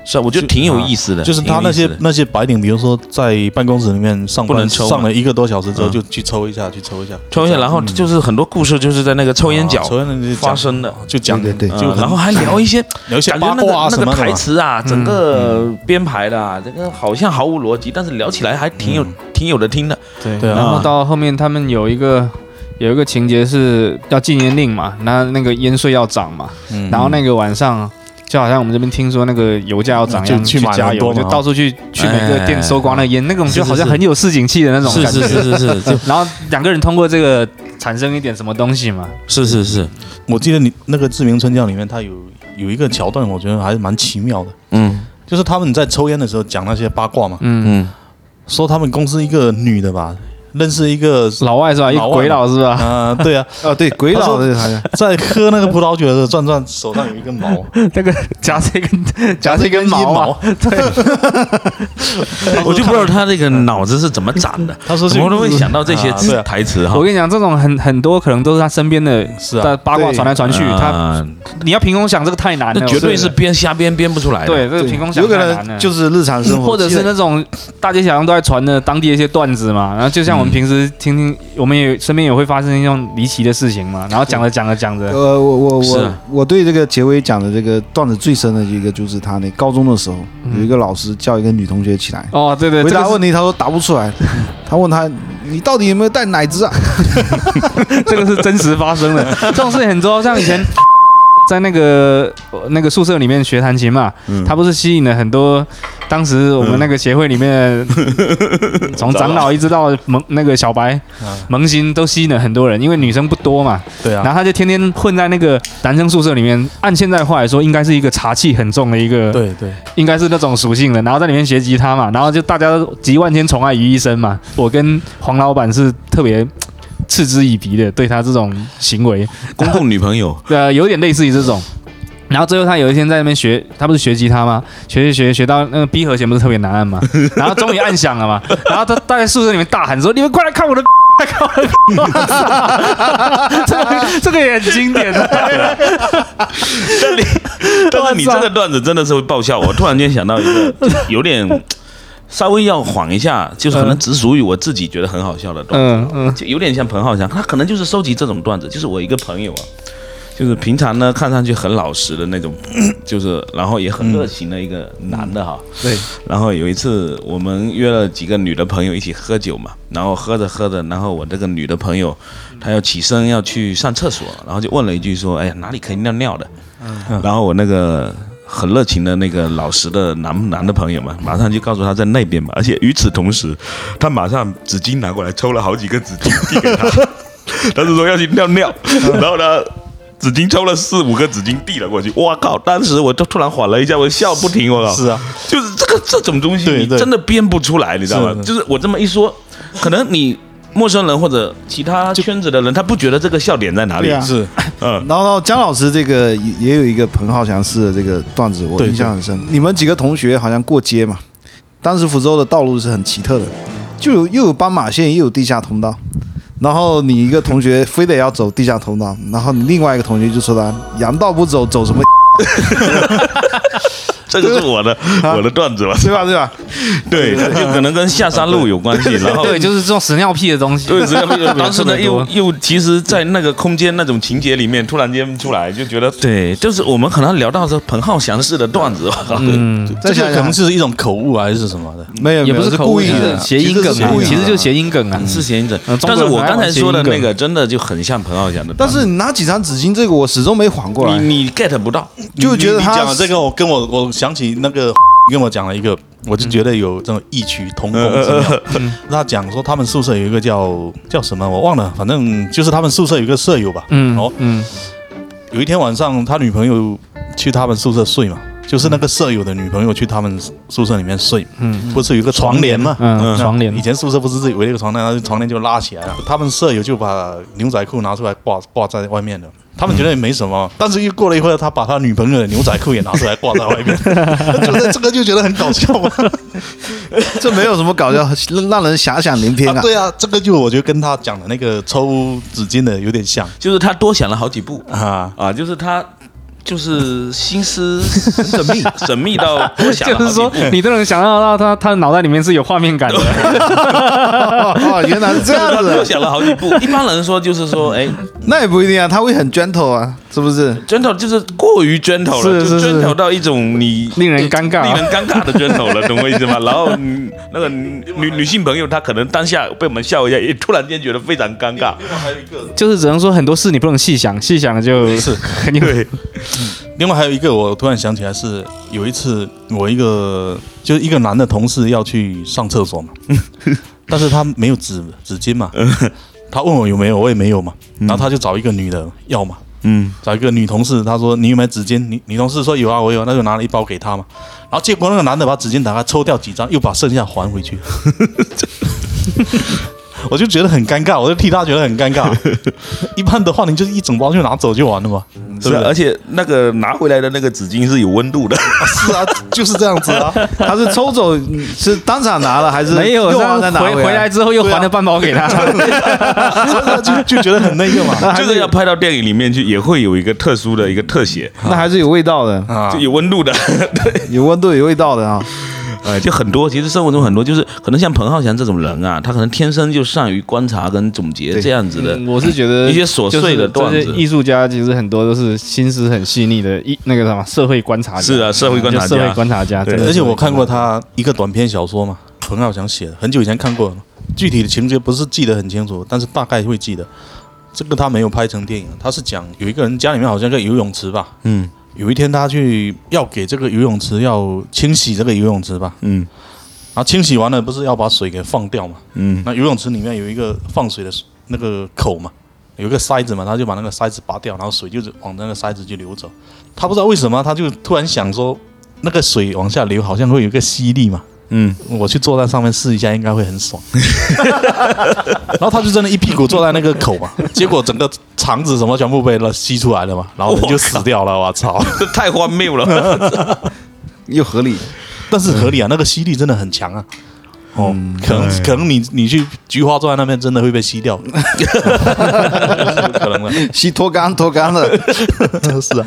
Speaker 4: 是啊，我觉得挺有意思的，
Speaker 1: 就是他那
Speaker 4: 挺有意
Speaker 1: 些
Speaker 4: 思的
Speaker 1: 那些白领，比如说在办公室里面上
Speaker 4: 不能
Speaker 1: 班，
Speaker 4: 抽嘛啊
Speaker 1: 上了一个多小时之后
Speaker 4: 嗯
Speaker 1: 就去抽一下，去抽一下，
Speaker 4: 抽烟，然后就是很多故事就是在那个抽烟角
Speaker 1: 嗯啊抽烟的就
Speaker 4: 发
Speaker 1: 讲
Speaker 4: 生的。
Speaker 1: 就讲
Speaker 3: 对对对
Speaker 4: 嗯
Speaker 1: 就很
Speaker 4: 然后还聊一些
Speaker 1: 有一些
Speaker 4: 感觉
Speaker 1: 八
Speaker 4: 那个
Speaker 1: 卦啊
Speaker 4: 那
Speaker 1: 什
Speaker 4: 个
Speaker 1: 么的
Speaker 4: 台
Speaker 1: 嘛。嗯
Speaker 4: 词啊，整个编排的啊，这个好像毫无逻辑，但是聊起来还挺
Speaker 1: 嗯
Speaker 4: 有挺有的听的。
Speaker 2: 对
Speaker 1: 对啊
Speaker 2: 然
Speaker 4: 嗯
Speaker 2: 后到后面他们有一个。有一个情节是要禁烟令嘛，那那个烟税要涨嘛，
Speaker 1: 嗯
Speaker 2: 然后那个晚上就好像我们这边听说那个油价要涨一样，
Speaker 1: 就去买
Speaker 2: 加
Speaker 1: 很多
Speaker 2: 油，
Speaker 1: 嘛
Speaker 2: 就到处去去每个店搜刮那个烟，那种
Speaker 4: 是
Speaker 2: 就是好像
Speaker 4: 是
Speaker 2: 很有市井气的那种
Speaker 4: 是
Speaker 2: 感觉。
Speaker 4: 是是是是 就是
Speaker 2: 然后两个人通过这个产生一点什么东西嘛，
Speaker 4: 是是是，
Speaker 1: 我记得你那个《志明春娇》里面，他有有一个桥段，我觉得还是蛮奇妙的，
Speaker 4: 嗯
Speaker 1: 就是他们在抽烟的时候讲那些八卦嘛，
Speaker 2: 嗯，
Speaker 4: 嗯，
Speaker 1: 说他们公司一个女的吧，认识一个。
Speaker 2: 老外是吧？一个
Speaker 1: 老外
Speaker 2: 鬼佬 是吧？
Speaker 1: 啊、对啊，
Speaker 3: 啊，对，鬼
Speaker 1: 他
Speaker 3: 佬
Speaker 1: 说
Speaker 3: 的好像
Speaker 1: 在喝那个葡萄酒的时候，转转手上有一根 毛，
Speaker 2: 那个夹着一 根夹着一根毛啊，
Speaker 4: 我就不知道他这个脑子是怎么长的，
Speaker 1: 他说
Speaker 4: 怎
Speaker 1: 是
Speaker 4: 么都会想到这些
Speaker 1: 啊对啊
Speaker 4: 台词哈
Speaker 2: 我。跟你讲，这种很很多可能都是他身边的
Speaker 1: 是啊
Speaker 2: 大八卦
Speaker 3: 对
Speaker 2: 传来传去，他
Speaker 4: 啊
Speaker 2: 你要凭空想这个太难了，
Speaker 4: 那绝对是
Speaker 2: 我觉
Speaker 4: 编瞎编编不出来
Speaker 2: 得
Speaker 4: 的。
Speaker 2: 对，这个
Speaker 3: 对
Speaker 2: 凭空想
Speaker 3: 有可
Speaker 2: 太难了
Speaker 3: 能就是日常生活，
Speaker 2: 或者是那种大街小巷都在传的当地的一些段子嘛，然后就像我
Speaker 3: 嗯
Speaker 2: 们平时听听，我们也身边也会发生一种离奇的事情嘛。然后讲着讲着讲着，
Speaker 3: 呃，我我
Speaker 4: 是
Speaker 3: 我
Speaker 4: 啊
Speaker 3: 我对这个结尾讲的这个段子最深的一个就是他那高中的时候，
Speaker 2: 嗯
Speaker 3: 有一个老师叫一个女同学起来，
Speaker 2: 哦，对对，
Speaker 3: 回
Speaker 2: 这
Speaker 3: 答
Speaker 2: 个
Speaker 3: 问题，他说答不出来，他问他你到底有没有带奶汁啊？
Speaker 2: 是这个是真实发 生的，这种事情很多。像以前在那个呃那个宿舍里面学弹琴嘛，
Speaker 3: 嗯
Speaker 2: 他不是吸引了很多当时我们那个协会里 面从长老一直到萌那个小白
Speaker 3: 嗯
Speaker 2: 萌新都吸引了很多人，因为女生不多嘛。
Speaker 1: 对
Speaker 2: 然
Speaker 1: 啊，
Speaker 2: 后他就天天混在那个男生宿舍里面，按现在话来说，应该是一个茶气很重的一个，
Speaker 1: 对对，
Speaker 2: 应该是那种属性的。然后在里面学吉他嘛，然后就大家都集万千宠爱于一身嘛。我跟黄老板是特别嗤之以鼻的，对他这种行为，
Speaker 4: 公共女 朋友，
Speaker 2: 呃，有点类似于这种。然后最后他有一天在那边学，他不是学吉他吗？学学学学到那个 B 和弦不是特别难按吗？ 然后终于按响了嘛。然后他他在宿舍里面大喊说：“你们快来看我的！” 快看我的这个这个也很经典的，
Speaker 4: 但你但
Speaker 1: 啊
Speaker 4: 是你这个段子真的是会爆笑。我突然间想到一个，就有 点稍微要晃一下，就是可能只属于我自己觉得很好笑的段子，
Speaker 2: 嗯嗯
Speaker 4: 就有点像彭浩翔，他可能就是收集这种段子。就是我一个朋友啊，就是平常呢看上去很老实的那种， 就是然后也很热情的一个男的哈。
Speaker 2: 对，
Speaker 4: 然后有一次我们约了几个女的朋友一起喝酒嘛，然后喝着喝着，然后我这个女的朋友她要起身要去上厕所，然后就问了一句说：“哎呀，哪里可以尿尿的？”然后我那个很热情的那个老实的男男的朋友嘛，马上就告诉他在那边嘛，而且与此同时，他马上纸巾拿过来抽了好几个纸巾递给他，他是说要去尿尿，然后呢。纸巾抽了四五个纸巾递了过去，我靠！当时我就突然缓了一下，我笑不停，我靠！
Speaker 1: 是啊，
Speaker 4: 就是这个这种东西，
Speaker 1: 对
Speaker 4: 你
Speaker 1: 对
Speaker 4: 真的编不出来，你知道吗
Speaker 1: 是？的
Speaker 4: 就是我这么一说，可能你陌生人或者其他圈子的人，他不觉得这个笑点在哪里
Speaker 3: 对。啊
Speaker 1: 是
Speaker 4: 嗯，
Speaker 3: 然后到姜老师这个也也有一个彭浩翔式的这个段子，我
Speaker 1: 对
Speaker 3: 印象很深。你们几个同学好像过街嘛，当时福州的道路是很奇特的，就有又有斑马线，又有地下通道。然后你一个同学非得要走地下通道，然后你另外一个同学就说他阳道不走，走什么
Speaker 4: 这个是我的我的段子吧？
Speaker 3: 对吧？对吧？
Speaker 4: 对，它就可能跟下山路有关系， 然后
Speaker 2: 对，就是这种屎尿屁的东西。
Speaker 4: 对，只要当时
Speaker 2: 特
Speaker 4: 呢，
Speaker 2: 别
Speaker 4: 又
Speaker 2: 多
Speaker 4: 又其实，在那个空间那种情节里面，突然间出来，就觉得对，就是我们可能聊到这彭浩翔式的段子，嗯，
Speaker 1: 这
Speaker 3: 再
Speaker 1: 个
Speaker 3: 想
Speaker 1: 可能
Speaker 3: 想，
Speaker 1: 是一种口误啊还是什么的，
Speaker 3: 没有，
Speaker 2: 也不
Speaker 3: 没有
Speaker 2: 是
Speaker 3: 是
Speaker 2: 口误
Speaker 3: 故意的，
Speaker 2: 是谐音
Speaker 3: 其实
Speaker 2: 梗
Speaker 3: 是
Speaker 2: 啊
Speaker 3: 故，意的
Speaker 2: 其实就是谐音梗啊。
Speaker 4: 是谐音梗
Speaker 2: 嗯。中国
Speaker 4: 但
Speaker 2: 人
Speaker 4: 是我
Speaker 2: 还
Speaker 4: 刚才
Speaker 2: 玩谐音
Speaker 4: 说的那
Speaker 2: 梗
Speaker 4: 个，真的就很像彭浩翔的段
Speaker 3: 但
Speaker 4: 子，
Speaker 3: 是你拿几张纸巾，这个我始终没缓过来，
Speaker 4: 你你 get 不到，
Speaker 3: 就觉得
Speaker 1: 你
Speaker 3: 他
Speaker 1: 你讲的这个，我跟我我想起那个 跟我讲了一个，我就觉得有这种异曲同工
Speaker 3: 嗯
Speaker 1: 之妙。 他讲说他们宿舍有一个叫叫什么我忘了，反正就是他们宿舍有一个舍友吧。
Speaker 2: 嗯
Speaker 1: 哦，
Speaker 2: 嗯
Speaker 1: 有一天晚上他女朋友去他们宿舍睡嘛，就是那个舍友的女朋友去他们宿舍里面睡，
Speaker 2: 嗯
Speaker 1: 不是有一个床帘嘛？
Speaker 2: 嗯，
Speaker 1: 那
Speaker 2: 床帘
Speaker 1: 以前宿舍不是自己围了一个床帘，然后床帘就拉起来了。他们舍友就把牛仔裤拿出来挂挂在外面了。他们觉得也没什
Speaker 2: 嗯
Speaker 1: 么，但是又过了一会儿，他把他女朋友的牛仔裤也拿出来挂在外 面，就是这个就觉得很搞笑嘛。
Speaker 3: 这没有什么搞笑，让人遐想连篇
Speaker 1: 啊
Speaker 3: 啊。
Speaker 1: 对啊，这个就我觉得跟他讲的那个抽纸巾的有点像
Speaker 4: 就是他多想了好几步
Speaker 1: 啊。
Speaker 4: 啊，就是他就是心思缜 密，缜密到多想了
Speaker 2: 就
Speaker 4: 好
Speaker 2: 是
Speaker 4: 几
Speaker 2: 说
Speaker 4: 步，
Speaker 2: 你都能想象到他他脑袋里面是有画面感的。
Speaker 3: 哦，原来是这样
Speaker 4: 他多
Speaker 1: 啊
Speaker 3: 子，
Speaker 4: 想了好几步。一般人说就 是说，哎，
Speaker 3: 那也不一定啊，他会很 gentle 啊，是不是？
Speaker 4: gentle 就是过于 gentle 了，
Speaker 2: 是是
Speaker 4: 就是 gentle 到一种你
Speaker 2: 令人尴尬
Speaker 4: 令人尴尬的 gentle 了，懂我意思吗？然后嗯那个女女性朋友，她可能当下被我们笑一下，也突然间觉得非常尴尬。
Speaker 2: 就是只能说很多事你不能细想，细想了就
Speaker 1: 是
Speaker 2: 肯定会。
Speaker 1: 另外还有一个，我突然想起来是有一次，我一个就是一个男的同事要去上厕所嘛， 但是他没有纸纸巾嘛，他问我有没有，我也没有嘛，然后他就找一个女的要嘛，
Speaker 4: 嗯，
Speaker 1: 找一个女同事，他说你有没有纸巾？女女同事说有啊，我有啊，那就拿了一包给他嘛，然后结果那个男的把纸巾打开，抽掉几张，又把剩下还回去， 我就觉得很尴尬，我就替他觉得很尴尬。一般的话，你就是一整包就拿走就完了嘛，
Speaker 4: 是的，而且那个拿回来的那个纸巾是有 温度的，
Speaker 1: 是啊，就是这样子啊。
Speaker 3: 他是抽走，是当场拿了还是
Speaker 2: 没有，
Speaker 3: 用
Speaker 2: 然
Speaker 3: 完
Speaker 2: 后
Speaker 3: 再拿
Speaker 2: 回回
Speaker 3: 来哦
Speaker 2: 来？之后又
Speaker 4: 啊
Speaker 2: 还了半包给他。
Speaker 1: 就就觉得很那个嘛。
Speaker 4: 这个要拍到电影里面去，也会有一个特殊的一个特写，
Speaker 3: 那还是有味道的，
Speaker 1: 啊
Speaker 4: 就，有温度的。
Speaker 3: 有温度有味道的啊。
Speaker 4: 哎，就很多，其实生活中很多，就是可能像彭浩翔这种人啊，他可能天生就善于观察跟总结
Speaker 3: 对
Speaker 4: 这样子的
Speaker 2: 嗯 我是觉得
Speaker 4: 一些琐碎的段
Speaker 2: 就是
Speaker 4: 子
Speaker 2: 这些。艺术家其实很多都是心思很细腻的，一那个什么社会观察家。
Speaker 4: 是啊社会观察家
Speaker 2: 就社会观察家。
Speaker 4: 对
Speaker 2: 真的
Speaker 1: 而
Speaker 2: 是
Speaker 1: 且我看过他一个短篇小说嘛，彭浩翔写的，很久以前看过了，具体的情节不是记得很清楚，但是大概会记得。这个他没有拍成电影，他是讲有一个人家里面好像个游泳池吧，
Speaker 4: 嗯
Speaker 1: 有一天他去要给这个游泳池要清洗这个游泳池吧，
Speaker 4: 嗯
Speaker 1: 然后清洗完了不是要把水给放掉嘛，
Speaker 4: 嗯
Speaker 1: 那游泳池里面有一个放水的那个口嘛，有一个塞子嘛，他就把那个塞子拔掉，然后水就是往那个塞子去流走。他不知道为什么，他就突然想说，那个水往下流好像会有一个吸力嘛，
Speaker 4: 嗯，
Speaker 1: 我去坐在上面试一下，应该会很爽。 然后他就真的一屁股坐在那个口嘛，结果整个肠子什么全部被那吸出来了嘛，然后人就死掉了，我操！
Speaker 4: 这 太荒谬了。
Speaker 3: 又合理，
Speaker 1: 但是合理啊，那个吸力真的很强啊。哦，可能可能你你去菊花坐在那边，真的会被吸掉，可能 的。
Speaker 3: 吸脱干脱干了，
Speaker 1: 是啊，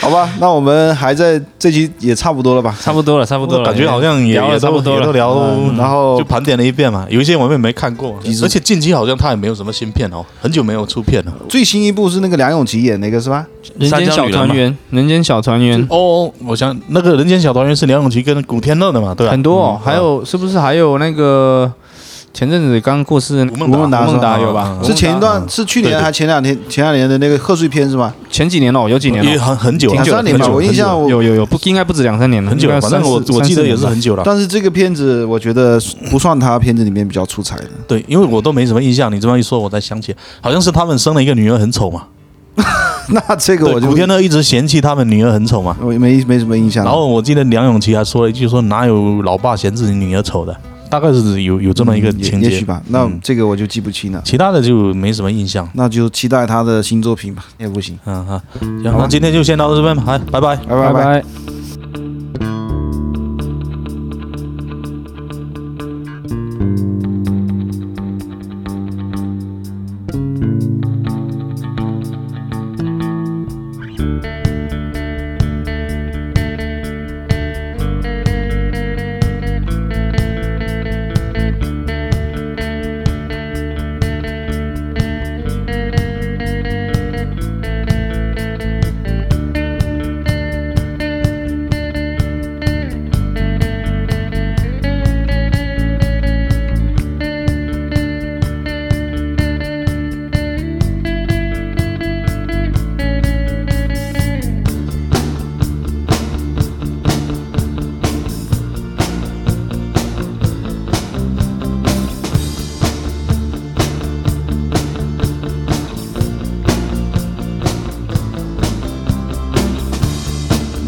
Speaker 3: 好吧？那我们还在这期也差不多了吧？
Speaker 2: 差不多了，差不多了，
Speaker 1: 感觉好像也
Speaker 2: 聊
Speaker 1: 也
Speaker 2: 了
Speaker 1: 都
Speaker 2: 差不多
Speaker 1: 也都
Speaker 2: 了。
Speaker 1: 聊，
Speaker 3: 然后
Speaker 1: 嗯就盘点了一遍嘛。有一些我们也没看过，而且近期好像他也没有什么新片哦，很久没有出片了。
Speaker 3: 最新一部是那个梁咏琪演那个是吧？
Speaker 2: 人间小团圆，人间小团圆
Speaker 1: 哦，我想那个《人间小团圆》是梁咏琪跟古天乐的嘛，对吧？
Speaker 2: 很多，哦，还有是不是还有那个前阵子刚过世的
Speaker 1: 吴
Speaker 2: 吴
Speaker 1: 孟达
Speaker 3: 吴孟
Speaker 2: 孟
Speaker 3: 达
Speaker 2: 达有啊吧
Speaker 1: 嗯？
Speaker 3: 是前一段是去年
Speaker 1: 对对
Speaker 3: 还前两天前两年的那个贺岁片是吧？
Speaker 2: 前几年哦，有几年
Speaker 1: 也
Speaker 2: 了，
Speaker 1: 很很久了，
Speaker 3: 两三年吧，
Speaker 1: 很久
Speaker 3: 我印象我
Speaker 2: 有有有不应该不止两三年了，
Speaker 1: 很久
Speaker 2: 应
Speaker 1: 了，
Speaker 2: 该
Speaker 1: 反正我
Speaker 2: 三四
Speaker 1: 我记
Speaker 2: 三四
Speaker 1: 得
Speaker 2: 年
Speaker 1: 也是
Speaker 2: 吧
Speaker 1: 很久了。
Speaker 3: 但是这个片子我觉得不算他片子里面比较出彩的，
Speaker 1: 对，因为我都没什么印象，你这么一说，我才想起，好像是他们生了一个女儿很丑嘛。
Speaker 3: 那这个
Speaker 1: 对，
Speaker 3: 我就嗯
Speaker 1: 古天乐一直嫌弃他们女儿很丑嘛。
Speaker 3: 我没没什么印象了。
Speaker 1: 然后我记得梁咏琪还说了一句说哪有老爸嫌自己女儿丑的，大概是有有这么一个
Speaker 3: 嗯也
Speaker 1: 情
Speaker 3: 也
Speaker 1: 节
Speaker 3: 许。吧，那
Speaker 1: 嗯
Speaker 3: 这个我就记不清了，
Speaker 1: 其他的就没什么印象。
Speaker 3: 那就期待他的新作品吧，也不行，
Speaker 1: 嗯好，行，那今天就先到这边吧，好，拜拜。
Speaker 3: 拜
Speaker 2: 拜
Speaker 3: 拜。
Speaker 2: 拜。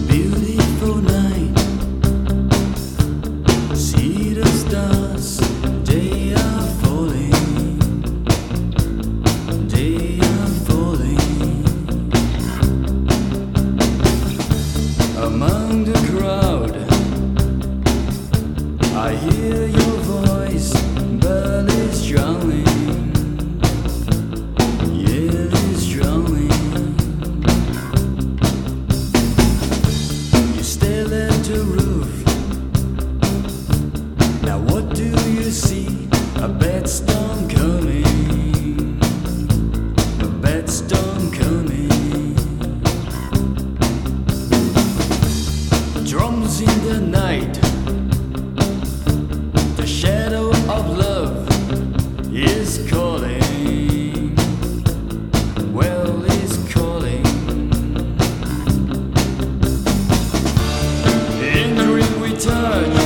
Speaker 5: Beautiful night, see the stars, they are falling, they are falling. Among the crowd, I hear your voice, but it's drowning, it is drowning. You still at the roof. Now what do you see? A bad storm coming. A bad storm coming. Drums in the night. The shadow of love is calling. Well, is calling. In the ring we touch.